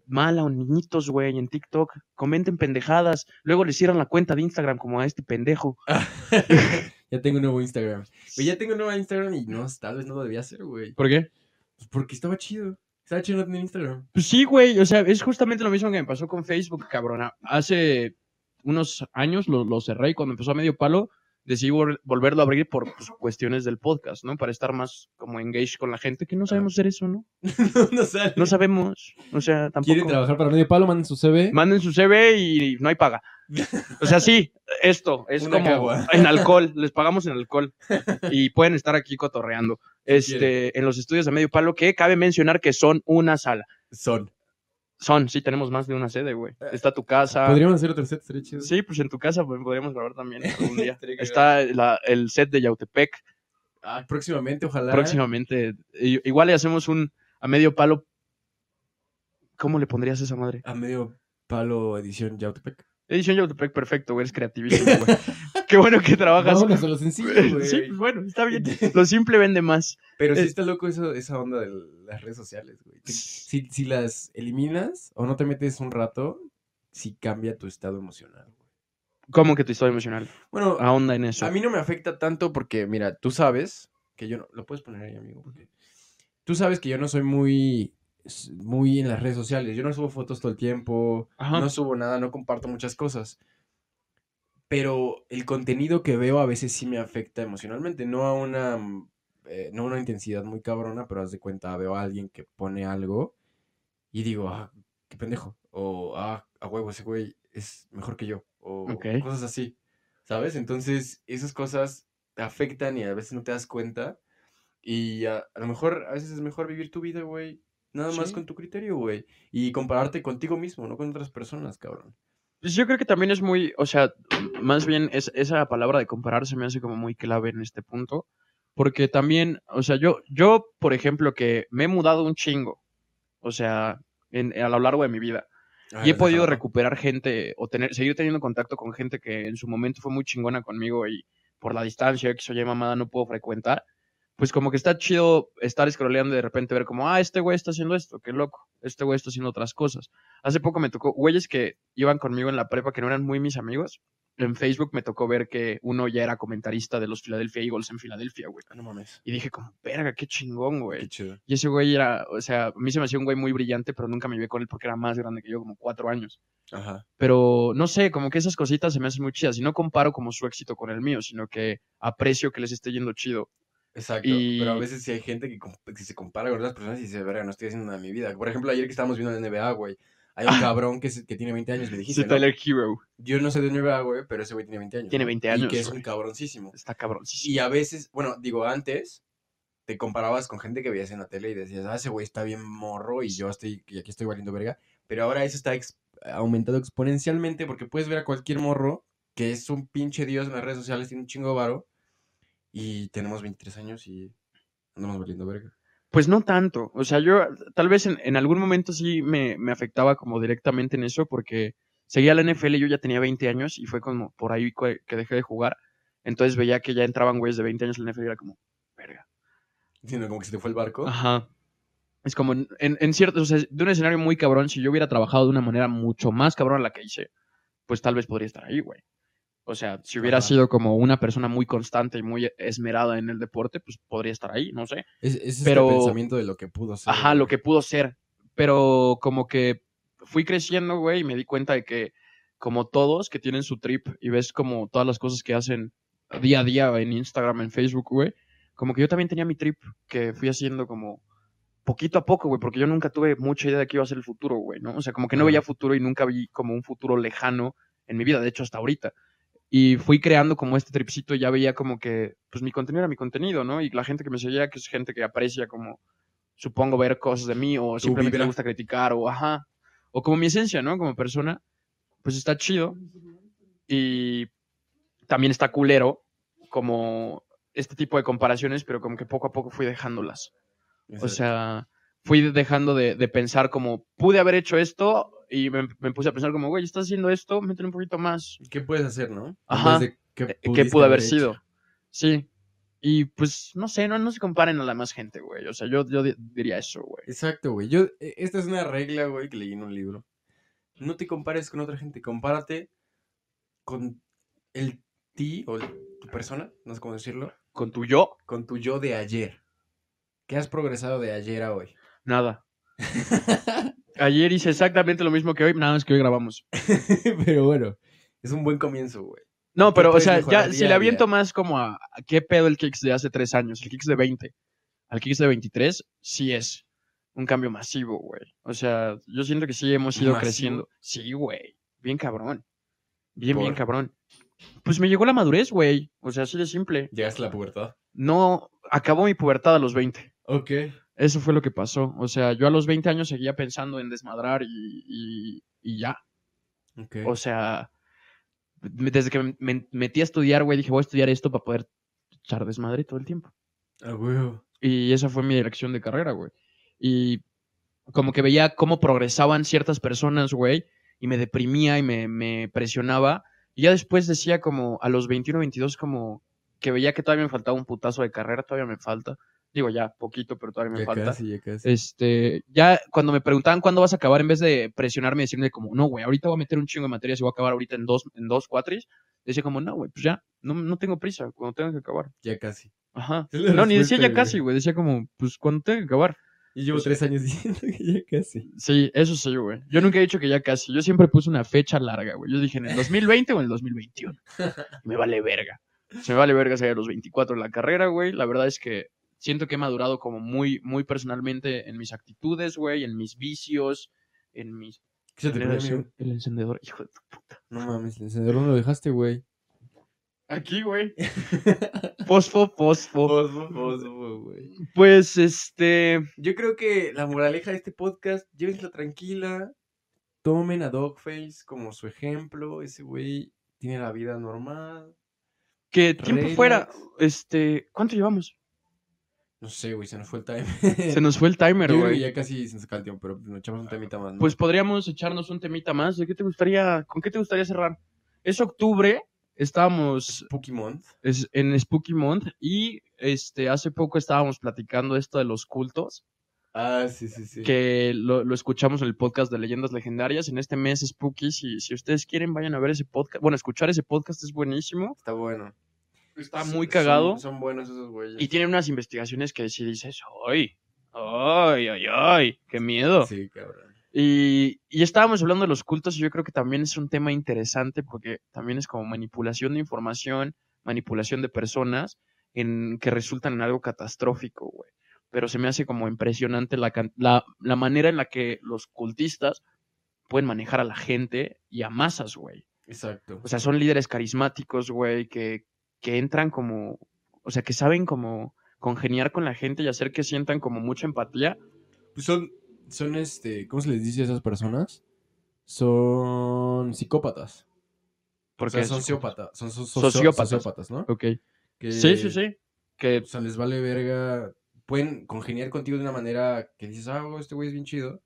A: mal a niñitos, güey, en TikTok. Comenten pendejadas, luego les cierran la cuenta de Instagram como a este pendejo.
B: ya tengo un nuevo Instagram. Güey, ya tengo un nuevo Instagram y no, tal vez no lo debía hacer, güey.
A: ¿Por qué?
B: Pues porque estaba chido. Estaba chido no tener Instagram.
A: Pues sí, güey, o sea, es justamente lo mismo que me pasó con Facebook, cabrona. Hace unos años lo, lo cerré y cuando empezó a medio palo decidí vol- volverlo a abrir por pues, cuestiones del podcast, ¿no? Para estar más como engaged con la gente, que no sabemos hacer eso, ¿no?
B: no sale.
A: No sabemos, o sea, tampoco...
B: Quieren trabajar para medio palo, manden su CV.
A: manden su CV y no hay paga. O sea, sí, esto es
B: Una
A: como
B: cagua.
A: en alcohol, les pagamos en alcohol y pueden estar aquí cotorreando. Este,
B: quieren.
A: en los estudios de medio palo que cabe mencionar que son una sala.
B: Son.
A: Son, sí, tenemos más de una sede, güey. Está tu casa.
B: Podríamos hacer otro set, estaría chido.
A: Sí, pues en tu casa pues, podríamos grabar también algún día.
B: Estaría
A: Está la- el set de Yautepec.
B: Ah, próximamente, ojalá.
A: Próximamente. I- Igual le hacemos un a medio palo. ¿Cómo le pondrías a esa madre?
B: ¿eh? A medio palo edición Yautepec.
A: Edición Yautepec, perfecto, güey. Eres creativísimo, güey. Qué bueno que trabajas.
B: Vámonos a lo sencillo, güey.
A: sí, pues bueno, está bien. Lo simple vende más.
B: Pero sí
A: Es-
B: está loco eso, esa onda de las redes sociales, güey. Te- Si, si las eliminas o no te metes un rato, sí cambia tu estado emocional, güey.
A: ¿Cómo que tu historia emocional?
B: Bueno,
A: Ahonda en eso.
B: a mí no me afecta tanto porque, mira, tú sabes que yo no... Lo puedes poner ahí, amigo. porque Tú sabes que yo no soy muy, s- muy en las redes sociales. Yo no subo fotos todo el tiempo,
A: Ajá.
B: no subo nada, no comparto muchas cosas. Pero el contenido que veo a veces sí me afecta emocionalmente, no a una, mm, eh, no a una intensidad muy cabrona, pero haz de cuenta, veo a alguien que pone algo y digo, ah, qué pendejo, o ah, a huevo, ese güey es mejor que yo, o
A: Ok.
B: cosas así, ¿sabes? Entonces, esas cosas te afectan y a veces no te das cuenta. Y a, a lo mejor a veces es mejor vivir tu vida, güey, nada más
A: Sí.
B: con tu criterio, güey. Y compararte contigo mismo, no con otras personas, cabrón.
A: Pues yo creo que también es muy, o sea, más bien es, esa palabra de comparar se me hace como muy clave en este punto, porque también, o sea, yo, yo, por ejemplo, que me he mudado un chingo, o sea, en- a lo largo de mi vida,
B: Ah,
A: y he podido recuperar gente o tener, seguir teniendo contacto con gente que en su momento fue muy chingona conmigo y por la distancia, X o Y mamada, no puedo frecuentar, pues como que está chido estar scrolleando y de repente ver como, ah, este güey está haciendo esto, qué loco, este güey está haciendo otras cosas. Hace poco me tocó, güeyes que iban conmigo en la prepa que no eran muy mis amigos, en Facebook me tocó ver que uno ya era comentarista de los Philadelphia Eagles en Filadelfia, güey.
B: Ah, no mames.
A: Y dije como, verga, qué chingón, güey.
B: Qué chido.
A: Y ese güey era, o sea, a mí se me hacía un güey muy brillante, pero nunca me llevé con él porque era más grande que yo, como cuatro años.
B: Ajá.
A: Pero no sé, como que esas cositas se me hacen muy chidas. Y no comparo como su éxito con el mío, sino que aprecio que les esté yendo chido.
B: Exacto.
A: Y-
B: Pero a veces sí hay gente que, comp- que se compara con otras personas y dice, verga, no estoy haciendo nada en mi vida. Por ejemplo, ayer que estábamos viendo la NBA, güey. Hay un cabrón que, se- que tiene 20 años, me dijiste.
A: Sí,
B: ¿no?
A: Tyler Hero.
B: Yo no sé de NBA, güey, pero ese güey tiene 20 años.
A: Tiene
B: ¿no?
A: 20
B: Y
A: años,
B: que es
A: güey.
B: un cabroncísimo.
A: Está cabrón. sí, sí.
B: Y a veces, bueno, digo, antes te comparabas con gente que veías en la tele y decías, ah, ese güey está bien morro y yo estoy, y aquí estoy valiendo verga. Pero ahora eso está ex- aumentado exponencialmente porque puedes ver a cualquier morro que es un pinche dios en las redes sociales, tiene un chingo de varo y tenemos 23 años y andamos valiendo verga.
A: Pues no tanto. O sea, yo tal vez en, en algún momento sí me, me afectaba como directamente en eso porque seguía la NFL y yo ya tenía 20 años y fue como por ahí que que dejé de jugar. Entonces veía que ya entraban güeyes de 20 años en la NFL y era como, verga.
B: Entiendo, como que se te fue el barco.
A: Ajá. Es como en, en- en cierto, o sea, de un escenario muy cabrón, si yo hubiera trabajado de una manera mucho más cabrón a la que hice, pues tal vez podría estar ahí, güey. O sea, si hubiera
B: Ajá.
A: sido como una persona muy constante y muy esmerada en el deporte, pues podría estar ahí, no sé.
B: Es, es
A: Pero-
B: este pensamiento de lo que pudo ser.
A: Ajá,
B: güey.
A: lo que pudo ser. Pero como que fui creciendo, güey, y me di cuenta de que, como todos que tienen su trip y ves como todas las cosas que hacen día a día en Instagram, en Facebook, güey, como que yo también tenía mi trip que fui haciendo como poquito a poco, güey, porque yo nunca tuve mucha idea de qué iba a ser el futuro, güey, ¿no? O sea, como que no
B: Ajá.
A: veía futuro y nunca vi como un futuro lejano en mi vida, de hecho, hasta ahorita. Y fui creando como este tripcito y ya veía como que, pues mi contenido era mi contenido, ¿no? Y la gente que me seguía, que es gente que aprecia como, supongo, ver cosas de mí o simplemente
B: vibra.
A: le gusta criticar o, ajá, o como mi esencia, ¿no? Como persona, pues está chido y también está culero como este tipo de comparaciones, pero como que poco a poco fui dejándolas. O
B: Exacto.
A: sea, fui dejando de, de pensar como, pude haber hecho esto y me, me puse a pensar como, güey, estás haciendo esto, métele un poquito más.
B: ¿qué puedes hacer, no? En
A: Ajá.
B: vez de
A: eh, ¿Qué
B: pudiste
A: pudo haber
B: hecho.
A: sido? Sí. Y pues, no sé, no, no se comparen a la más gente, güey. O sea, yo, yo di- diría eso, güey.
B: Exacto, güey. Yo, e- esta es una regla, güey, que leí en un libro. No te compares con otra gente, compárate con el ti o el- tu persona, no sé cómo decirlo,
A: Con tu yo,
B: con tu yo de ayer. ¿Qué has progresado de ayer a hoy?
A: nada. Ayer hice exactamente lo mismo que hoy, nada más que hoy grabamos.
B: Pero bueno, es un buen comienzo, güey.
A: No,
B: ¿Qué
A: pero, o
B: puedes
A: sea,
B: mejorar
A: ya,
B: día
A: si
B: a
A: le
B: día?
A: aviento más como a, a qué pedo el Kicks de hace tres años, el Kicks de 20, al Kicks de 23, sí es un cambio masivo, güey. O sea, yo siento que sí hemos ido
B: ¿Masivo?
A: creciendo. Sí, güey. Bien cabrón. Bien, bien
B: ¿Por?
A: cabrón. Pues me llegó la madurez, güey. O sea, así de simple.
B: Llegaste a la pubertad.
A: No, acabó mi pubertad a los 20.
B: Ok.
A: Eso fue lo que pasó. O sea, yo a los 20 años seguía pensando en desmadrar y, y- y ya.
B: Ok.
A: O sea, me- desde que me metí a estudiar, güey, dije, voy a estudiar esto para poder echar desmadre todo el tiempo.
B: Ah, huevo.
A: Y esa fue mi dirección de carrera, güey. Y como que veía cómo progresaban ciertas personas, güey, y me deprimía y me, me presionaba. Y ya después decía como a los 21, 22, como que veía que todavía me faltaba un putazo de carrera, todavía me falta. Digo, ya, poquito, pero todavía me
B: Ya
A: falta.
B: casi, ya casi.
A: Este, ya cuando me preguntaban cuándo vas a acabar, en vez de presionarme y decirme como, no, güey, ahorita voy a meter un chingo de materias y voy a acabar ahorita en dos, en dos cuatris, decía como, no, güey, pues ya, no, no tengo prisa, cuando tenga que acabar.
B: Ya casi.
A: Ajá.
B: Es la
A: No, ni decía
B: respuesta,
A: ya casi, güey, decía como, pues cuando tenga que acabar.
B: Yo llevo
A: Pues-
B: tres años diciendo que ya casi.
A: Sí, eso soy yo, güey. Yo nunca he dicho que ya casi, yo siempre puse una fecha larga, güey. Yo dije en el 2020 o en el 2021. Y me vale verga. Se me vale verga salir a los 24 de la carrera, güey. La verdad es que siento que he madurado como muy, muy personalmente en mis actitudes, güey, en mis vicios, en mis
B: ¿Qué se te
A: El,
B: ocurrió,
A: encen-
B: amigo?
A: el encendedor, hijo de tu-
B: No mames, el encendedor no lo dejaste, güey.
A: Aquí, güey. Fosfo, fosfo.
B: Fosfo, fosfo, güey.
A: Pues, este...
B: Yo creo que la moraleja de este podcast, llévensela tranquila. Tomen a Dogface como su ejemplo. Ese güey tiene la vida normal.
A: Que tiempo fuera,
B: Relax.
A: este... ¿Cuánto llevamos?
B: No sé, güey, se nos fue el time.
A: Se nos fue el timer,
B: Yo creo que
A: güey.
B: ya casi se nos acaba el tiempo, pero nos echamos un temita más. ¿no?
A: Pues podríamos echarnos un temita más. ¿De qué te gustaría... ¿Con qué te gustaría cerrar? Es octubre, estábamos
B: Pokémon.
A: es- en Spooky Month y, este, hace poco estábamos platicando esto de los cultos.
B: Ah, sí, sí, sí.
A: que lo, lo escuchamos en el podcast de Leyendas Legendarias. En este mes Spooky, si, si ustedes quieren, vayan a ver ese podcast. Bueno, escuchar ese podcast es buenísimo.
B: Está bueno.
A: Está
B: S-
A: muy
B: son-
A: cagado.
B: Son, buenos esos güeyes.
A: Y tienen unas investigaciones que si dices, ¡ay! ¡Ay, ay, ay! ¡Qué miedo!
B: Sí, cabrón.
A: Y, y estábamos hablando de los cultos y yo creo que también es un tema interesante porque también es como manipulación de información, manipulación de personas en que resultan en algo catastrófico, güey. Pero se me hace como impresionante la, can- la, la manera en la que los cultistas pueden manejar a la gente y a masas, güey.
B: Exacto.
A: O sea, son líderes carismáticos, güey, que, que entran como, o sea, que saben como congeniar con la gente y hacer que sientan como mucha empatía.
B: Pues son, son este, ¿cómo se les dice a esas personas? Son psicópatas. O
A: Porque
B: sea, son
A: es-
B: sociópatas. Son so- so-
A: Sociópatas.
B: sociópatas, ¿no?
A: Ok.
B: Que-
A: Sí, sí, sí. Eh, Que
B: O sea, les vale verga. Pueden congeniar contigo de una manera que dices, ah, güey, este güey es bien chido.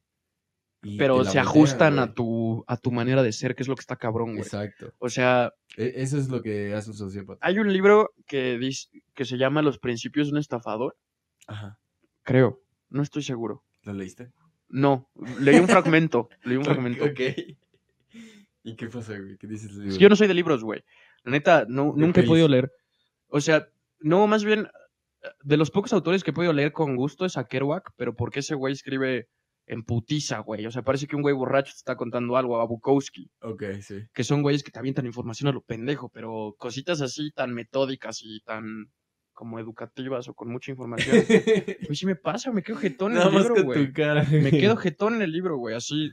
B: y
A: pero
B: te la
A: se
B: voltean,
A: ajustan a
B: güey.
A: tu a tu manera de ser, que es lo que está cabrón, güey.
B: Exacto.
A: O sea,
B: E- eso es lo que hace un sociópata.
A: hay un libro que dice que se llama Los principios de un estafador,
B: Ajá.
A: creo, no estoy seguro.
B: ¿Lo leíste?
A: No, leí un fragmento, leí un fragmento.
B: Ok. ¿Y qué pasa, güey? ¿Qué dices?
A: Es que Yo no soy de libros, güey. La neta, no,
B: De
A: nunca he podido
B: pelis.
A: leer. O sea, no, más bien, de los pocos autores que he podido leer con gusto es a Kerouac, pero porque ese güey escribe en putiza, güey. O sea, parece que un güey borracho te está contando algo, a Bukowski.
B: Ok, sí.
A: que son güeyes que te avientan información a lo pendejo, pero cositas así tan metódicas y tan como educativas o con mucha información. Pues sí me pasa, me quedo jetón en
B: Nada
A: el
B: más
A: libro,
B: con
A: güey.
B: tu cara.
A: Me quedo jetón en el libro, güey, así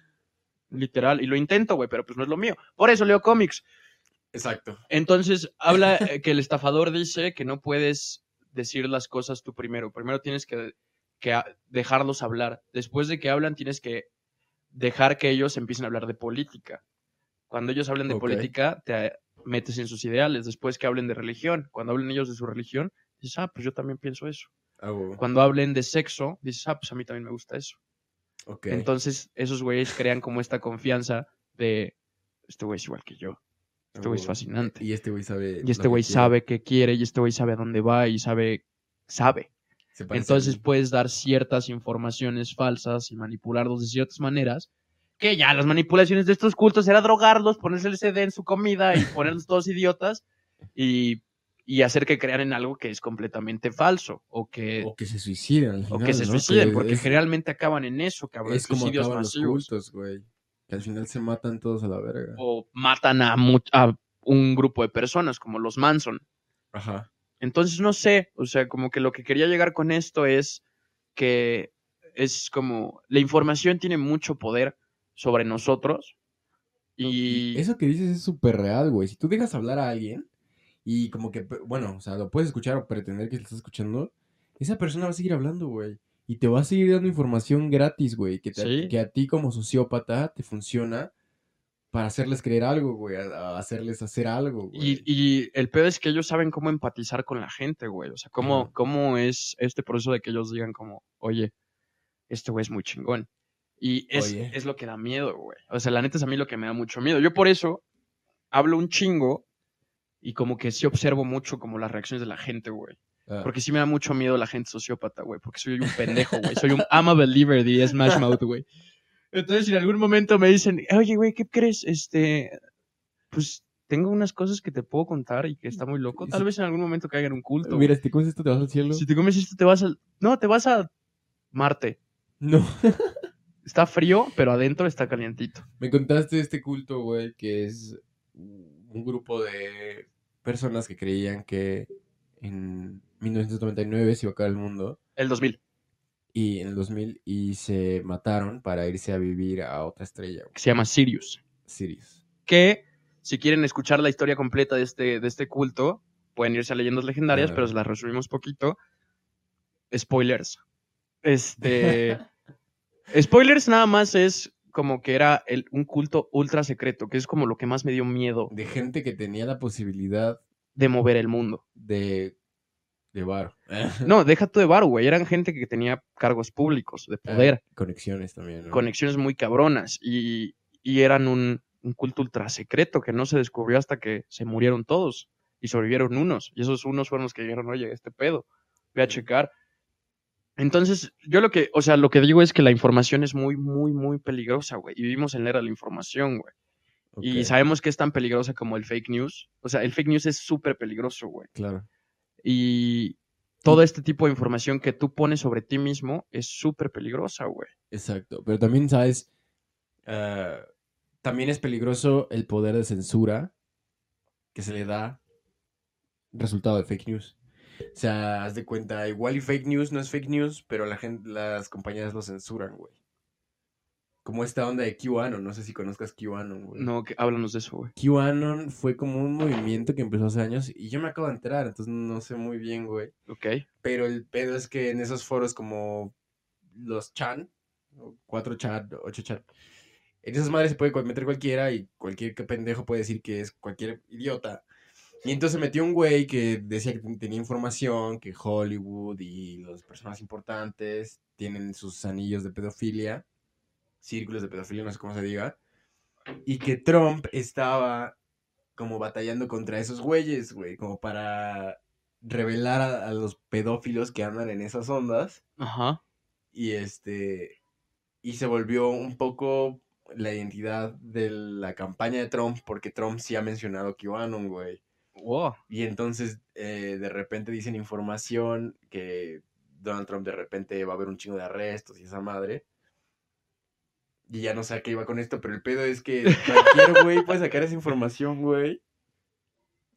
A: literal. Y lo intento, güey, pero pues no es lo mío. Por eso leo cómics.
B: Exacto.
A: Entonces habla eh, que el estafador dice que no puedes decir las cosas tú primero. Primero tienes que, que a- dejarlos hablar. Después de que hablan, tienes que dejar que ellos empiecen a hablar de política. Cuando ellos hablen de
B: Ok.
A: política, te eh, metes en sus ideales. Después que hablen de religión, cuando hablen ellos de su religión, dices, ah, pues yo también pienso eso.
B: Ah, huevo.
A: Cuando hablen de sexo, dices, ah, pues a mí también me gusta eso.
B: Ok.
A: Entonces, esos güeyes crean como esta confianza de, este güey es igual que yo,
B: Ah,
A: este güey es
B: huevo.
A: fascinante.
B: Y este güey sabe.
A: Y este güey sabe qué quiere, y este güey sabe a dónde va, y sabe, sabe. Entonces puedes dar ciertas informaciones falsas y manipularlos de ciertas maneras. Que ya las manipulaciones de estos cultos era drogarlos, ponerse el CD en su comida y ponerlos todos idiotas y, y hacer que crean en algo que es completamente falso o que,
B: O que se suicidan.
A: o
B: al final,
A: que se
B: ¿no?
A: suiciden,
B: Que
A: porque
B: es-
A: generalmente acaban en eso, cabrón.
B: Es como
A: suicidios
B: acaban los
A: masivos.
B: cultos, güey. Que al final se matan todos a la verga.
A: O matan a, mu- a un grupo de personas, como los Manson.
B: Ajá.
A: Entonces, no sé, o sea, como que lo que quería llegar con esto es que es como la información tiene mucho poder sobre nosotros y
B: Eso que dices es súper real, güey. Si tú dejas hablar a alguien y como que, pe- bueno, o sea, lo puedes escuchar o pretender que lo estás escuchando, esa persona va a seguir hablando, güey. Y te va a seguir dando información gratis, güey, que, te-
A: Sí.
B: que a ti como sociópata te funciona para hacerles creer algo, güey, a, a hacerles hacer algo,
A: Y,
B: güey.
A: y el pedo es que ellos saben cómo empatizar con la gente, güey. O sea, cómo,
B: Ajá.
A: cómo es este proceso de que ellos digan como, oye, este güey es muy chingón. Y es,
B: Oye.
A: es lo que da miedo, güey. O sea, la neta es a mí lo que me da mucho miedo. Yo por eso hablo un chingo y como que sí observo mucho como las reacciones de la gente, güey.
B: Ah,
A: Porque sí me da mucho miedo la gente sociópata, güey. Porque soy un pendejo, güey. Soy un ama believer de Smash Mouth, güey. Entonces, si en algún momento me dicen, oye, güey, ¿qué crees? Este, pues tengo unas cosas que te puedo contar y que está muy loco. Tal vez en algún momento caiga en un culto. güey.
B: Mira, si te comes esto, te vas al cielo.
A: Si te comes esto, te vas al. No, te vas a Marte.
B: No.
A: Está frío, pero adentro está calientito.
B: Me contaste de este culto, güey, que es un grupo de personas que creían que en 1999 se iba a acabar el mundo
A: El 2000.
B: y en el 2000 y se mataron para irse a vivir a otra estrella, güey,
A: Que se llama Sirius.
B: Sirius.
A: Que, si quieren escuchar la historia completa de este, de este culto, pueden irse a leyendas legendarias,
B: Ah.
A: pero se las resumimos poquito. Spoilers. Este. spoilers nada más es como que era el- un culto ultra secreto, que es como lo que más me dio miedo
B: De gente que tenía la posibilidad
A: de mover el mundo.
B: de de varo,
A: No, deja tú de bar, güey. Eran gente que tenía cargos públicos, de poder.
B: conexiones también, ¿no?
A: conexiones muy cabronas y, y eran un, un culto ultra secreto que no se descubrió hasta que se murieron todos y sobrevivieron unos. Y esos unos fueron los que dijeron, oye, este pedo, voy a checar. Entonces, yo lo que, o sea, lo que digo es que la información es muy, muy, muy peligrosa, güey. Y vivimos en la era de la información, güey.
B: Ok,
A: Y sabemos que es tan peligrosa como el fake news. O sea, el fake news es súper peligroso, güey.
B: claro.
A: Y todo este tipo de información que tú pones sobre ti mismo es súper peligrosa, güey.
B: Exacto, pero también sabes, Ah, también es peligroso el poder de censura que se le da resultado de fake news. O sea, haz de cuenta, igual y fake news no es fake news, pero la gente, las compañías lo censuran, güey. Como esta onda de QAnon, no sé si conozcas QAnon, güey.
A: No, que, háblanos de eso, güey.
B: QAnon fue como un movimiento que empezó hace años y yo me acabo de enterar, entonces no sé muy bien, güey.
A: Ok.
B: Pero el pedo es que en esos foros como los chan, o cuatro chat, ocho chat, en esas madres se puede cual- meter cualquiera y cualquier que pendejo puede decir que es cualquier idiota. Y entonces se metió un güey que decía que ten- tenía información, que Hollywood y las personas importantes tienen sus anillos de pedofilia, círculos de pedofilia, no sé cómo se diga, y que Trump estaba como batallando contra esos güeyes, güey, como para revelar a, a los pedófilos que andan en esas ondas
A: Ajá.
B: y este y se volvió un poco la identidad de la campaña de Trump porque Trump sí ha mencionado QAnon, güey.
A: Wow.
B: Y entonces eh, de repente dicen información que Donald Trump de repente va a haber un chingo de arrestos y esa madre. Y ya no sé a qué iba con esto, pero el pedo es que cualquier güey puede sacar esa información, güey.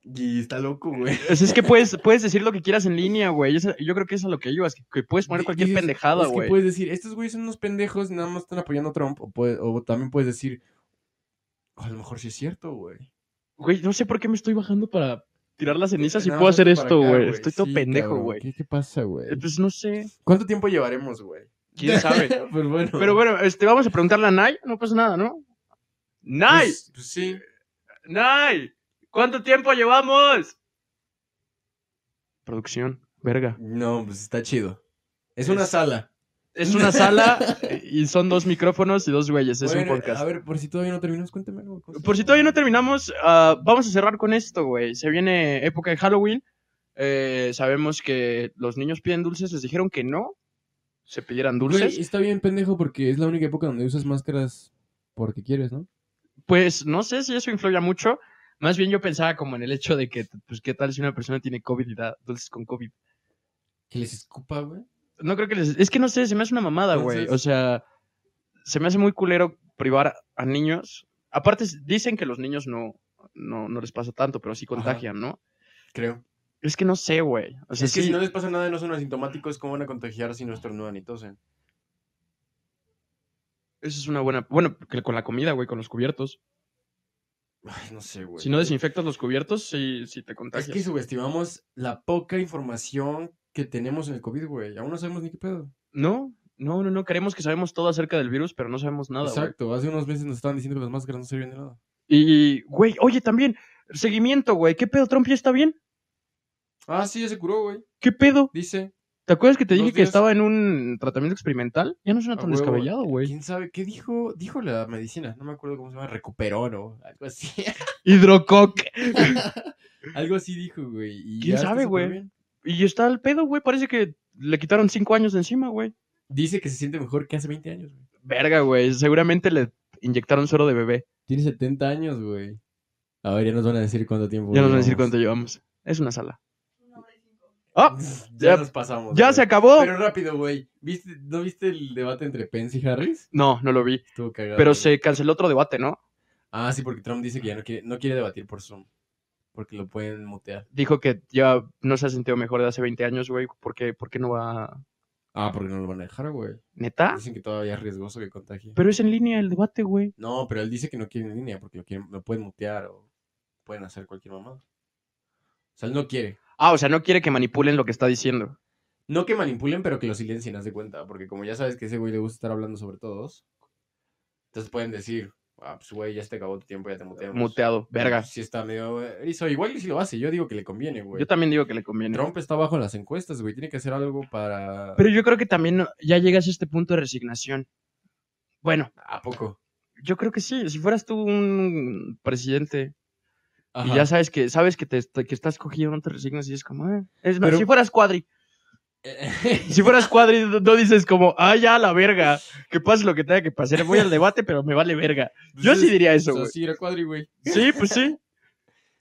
B: Y está loco, güey.
A: Pues es que puedes, puedes decir lo que quieras en línea, güey. Esa- Yo creo que eso es a lo que ibas, que, que puedes poner
B: Di-
A: cualquier
B: dices,
A: pendejada,
B: es que
A: güey.
B: puedes decir, estos güeyes son unos pendejos, nada más están apoyando a Trump. O, puede- o también puedes decir, "Oh, a lo mejor sí es cierto, güey.
A: Güey, no sé por qué me estoy bajando para tirar las cenizas y
B: Nada
A: puedo
B: más
A: hacer
B: hazte para
A: esto,
B: acá,
A: güey. Estoy todo
B: Sí,
A: pendejo,
B: cabrón.
A: güey.
B: ¿Qué, qué pasa, güey?
A: Eh, Pues no sé,
B: ¿Cuánto tiempo llevaremos, güey?
A: quién sabe.
B: pues bueno.
A: Pero bueno, este, vamos a preguntarle a Nay. No pasa nada, ¿no? ¡Nay!
B: Pues, pues sí.
A: ¡Nay! ¿Cuánto tiempo llevamos? Producción, verga.
B: No, pues está chido. Es una
A: Es-
B: sala.
A: Es una sala y son dos micrófonos y dos güeyes. Es
B: Bueno,
A: un podcast.
B: A ver, por si todavía no terminamos, cuéntame algo.
A: Pues Por si todavía no terminamos, ah, vamos a cerrar con esto, güey. Se viene época de Halloween. Eh, sabemos que los niños piden dulces. Les dijeron que no se pidieran dulces.
B: Güey, está bien, pendejo, porque es la única época donde usas máscaras porque quieres, ¿no?
A: Pues no sé si eso influya mucho. Más bien yo pensaba como en el hecho de que, pues, ¿qué tal si una persona tiene COVID y da dulces con COVID?
B: Que les escupa, güey.
A: No creo que les... Es que no sé, se me hace una mamada, güey.
B: Entonces-
A: O sea, se me hace muy culero privar a niños. Aparte, dicen que los niños no, no, no les pasa tanto, pero sí contagian, ¿no?
B: Creo.
A: Es que no sé, güey. O sea,
B: es que
A: sí-
B: si no les pasa nada y no son asintomáticos, ¿cómo van a contagiar si no estornudan y tosen?
A: Eso es una buena. Bueno, que con la comida, güey, con los cubiertos.
B: Ay, no sé, güey.
A: Si no desinfectas los cubiertos, sí, sí te
B: Es
A: contagias.
B: que subestimamos la poca información que tenemos en el COVID, güey. Aún no sabemos ni qué pedo.
A: No, no, no, no. Queremos que sabemos todo acerca del virus, pero no sabemos nada, güey.
B: Exacto, hace unos meses nos estaban diciendo que las máscaras no servían de nada.
A: Y, güey, oye, también, seguimiento, güey. ¿Qué pedo? ¿Trump ya está bien?
B: Ah, sí, ya se curó, güey.
A: ¿Qué pedo?
B: Dice.
A: ¿Te acuerdas que te
B: Dos
A: dije que
B: días.
A: estaba en un tratamiento experimental? Ya no suena
B: a
A: tan
B: huevo.
A: descabellado, güey.
B: ¿Quién sabe qué dijo? Dijo la medicina, no me acuerdo cómo se llama, recuperó, ¿no? Algo así.
A: Hidrococ.
B: Algo así dijo, güey. y
A: ¿Quién
B: ya está
A: sabe, güey?
B: súper bien.
A: Y está el pedo, güey. Parece que le quitaron cinco años de encima, güey.
B: Dice que se siente mejor que hace 20 años, güey.
A: Verga, güey. Seguramente le inyectaron suero de bebé.
B: Tiene 70 años, güey. A ver, ya nos van a decir cuánto tiempo.
A: Ya nos van a decir
B: llevamos.
A: cuánto llevamos. Es una sala.
B: Ya,
A: ¡Ah! Ya-
B: nos pasamos.
A: ¡Ya
B: güey.
A: se acabó!
B: Pero rápido, güey. ¿Viste, ¿No viste el debate entre Pence y Harris?
A: No, no lo vi.
B: Estuvo cagado.
A: Pero
B: güey.
A: se canceló otro debate, ¿no?
B: Ah, sí, porque Trump dice que ya no quiere, no quiere debatir por Zoom. Porque lo pueden mutear.
A: Dijo que ya no se ha sentido mejor de hace 20 años, güey. ¿Por qué, por qué no va?
B: Ah, porque no lo van a dejar, güey.
A: ¿Neta?
B: Dicen que todavía es riesgoso que contagie.
A: Ah. Pero es en línea el debate, güey.
B: No, pero él dice que no quiere en línea porque lo, quieren, lo pueden mutear o pueden hacer cualquier mamada. O sea, él no quiere.
A: Ah, o sea, no quiere que manipulen lo que está diciendo.
B: No que manipulen, pero que lo silencien, haz de cuenta. Porque como ya sabes que ese güey le gusta estar hablando sobre todos, entonces pueden decir, ah, pues güey, ya se te acabó tu tiempo, ya te muteamos.
A: Muteado, verga.
B: Si está medio erizo. Igual y si lo hace, yo digo que le conviene, güey.
A: Yo también digo que le conviene.
B: Trump está bajo en las encuestas, güey. Tiene que hacer algo para...
A: Pero yo creo que también ya llegas a este punto de resignación. Bueno,
B: ¿A poco?
A: yo creo que sí. Si fueras tú un presidente
B: Ajá.
A: y ya sabes que sabes que te est- que estás cogido, no te resignas y es como, eh. Es más,
B: Pero-
A: si fueras cuadri, si fueras cuadri, no no dices como, ah, ya la verga, que pase lo que tenga que pasar, voy al debate, pero me vale verga. Yo sí diría eso, güey.
B: Sí, era cuadri, güey.
A: Sí, pues sí.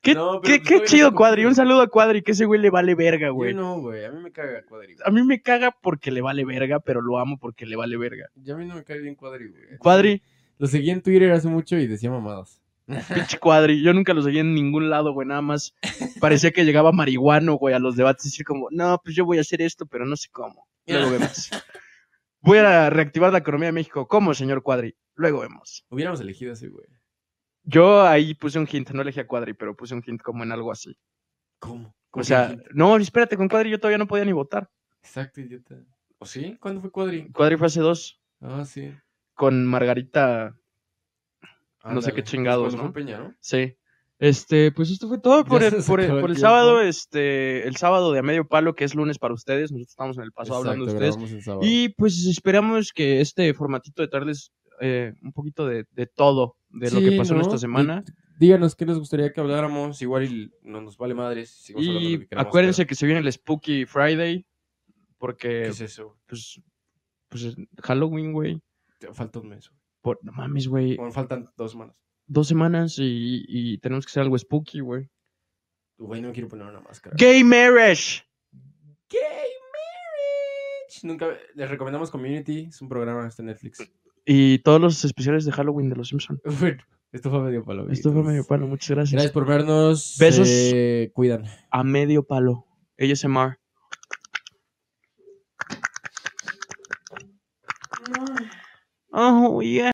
A: Qué,
B: No, pero
A: qué-
B: pues
A: qué
B: todavía no
A: chido,
B: se
A: Cuadri.
B: confirma.
A: Un saludo a Cuadri, que ese güey le vale verga, güey.
B: Yo no, güey. A mí me caga cuadri. güey.
A: A mí me caga porque le vale verga, pero lo amo porque le vale verga.
B: Ya a mí no me cae bien cuadri, güey.
A: Cuadri,
B: Lo seguí en Twitter hace mucho y decía mamadas.
A: pinche Cuadri. Yo nunca lo seguí en ningún lado, güey. Nada más parecía que llegaba marihuano, güey, a los debates. Decir como, no, pues yo voy a hacer esto, pero no sé cómo. Luego vemos. Voy a reactivar la economía de México. ¿Cómo, señor Cuadri? Luego vemos.
B: Hubiéramos elegido ese, güey.
A: Yo ahí puse un hint, no elegí a Cuadri, pero puse un hint como en algo así.
B: ¿Cómo?
A: O sea, no, espérate, con Cuadri yo todavía no podía ni votar.
B: Exacto, idiota. ¿O sí? ¿Cuándo fue cuadri?
A: Cuadri fue hace dos.
B: Ah, sí.
A: con Margarita. No sé
B: Ándale. Pues
A: qué chingados,
B: Cuando
A: ¿no?
B: fue Peña, ¿no?
A: Sí. Este, pues esto fue todo por
B: Ya
A: el,
B: se nos
A: por el-
B: acabó el
A: por el
B: tiempo.
A: sábado, este, el sábado de a medio palo, que es lunes para ustedes. Nosotros estamos en el pasado hablando de
B: Exacto,
A: ustedes.
B: grabamos el sábado.
A: Y pues esperamos que este formatito de traerles eh, un poquito de, de todo, de lo que
B: Sí,
A: pasó en
B: ¿no?
A: esta semana.
B: Díganos qué les gustaría que habláramos. Igual y no nos vale madres. seguimos hablando de lo
A: Y
B: que queramos,
A: acuérdense que se viene el Spooky Friday,
B: pero- ¿Qué
A: porque
B: es eso?
A: pues, pues Halloween, güey.
B: Te- Falta un mes. güey.
A: Por, no mames, güey.
B: Bueno, faltan dos semanas.
A: Dos semanas y, y tenemos que hacer algo spooky, güey.
B: Güey, no me quiero poner una máscara.
A: Gay marriage.
B: Gay Marriage. Nunca les recomendamos Community, es un programa que está en Netflix.
A: y todos los especiales de Halloween de los Simpson.
B: Bueno, esto fue medio palo. güey.
A: Esto fue
B: Entonces,
A: medio palo, muchas gracias.
B: Gracias por vernos.
A: Besos.
B: Se cuidan.
A: A medio palo. ASMR. Oh, yeah.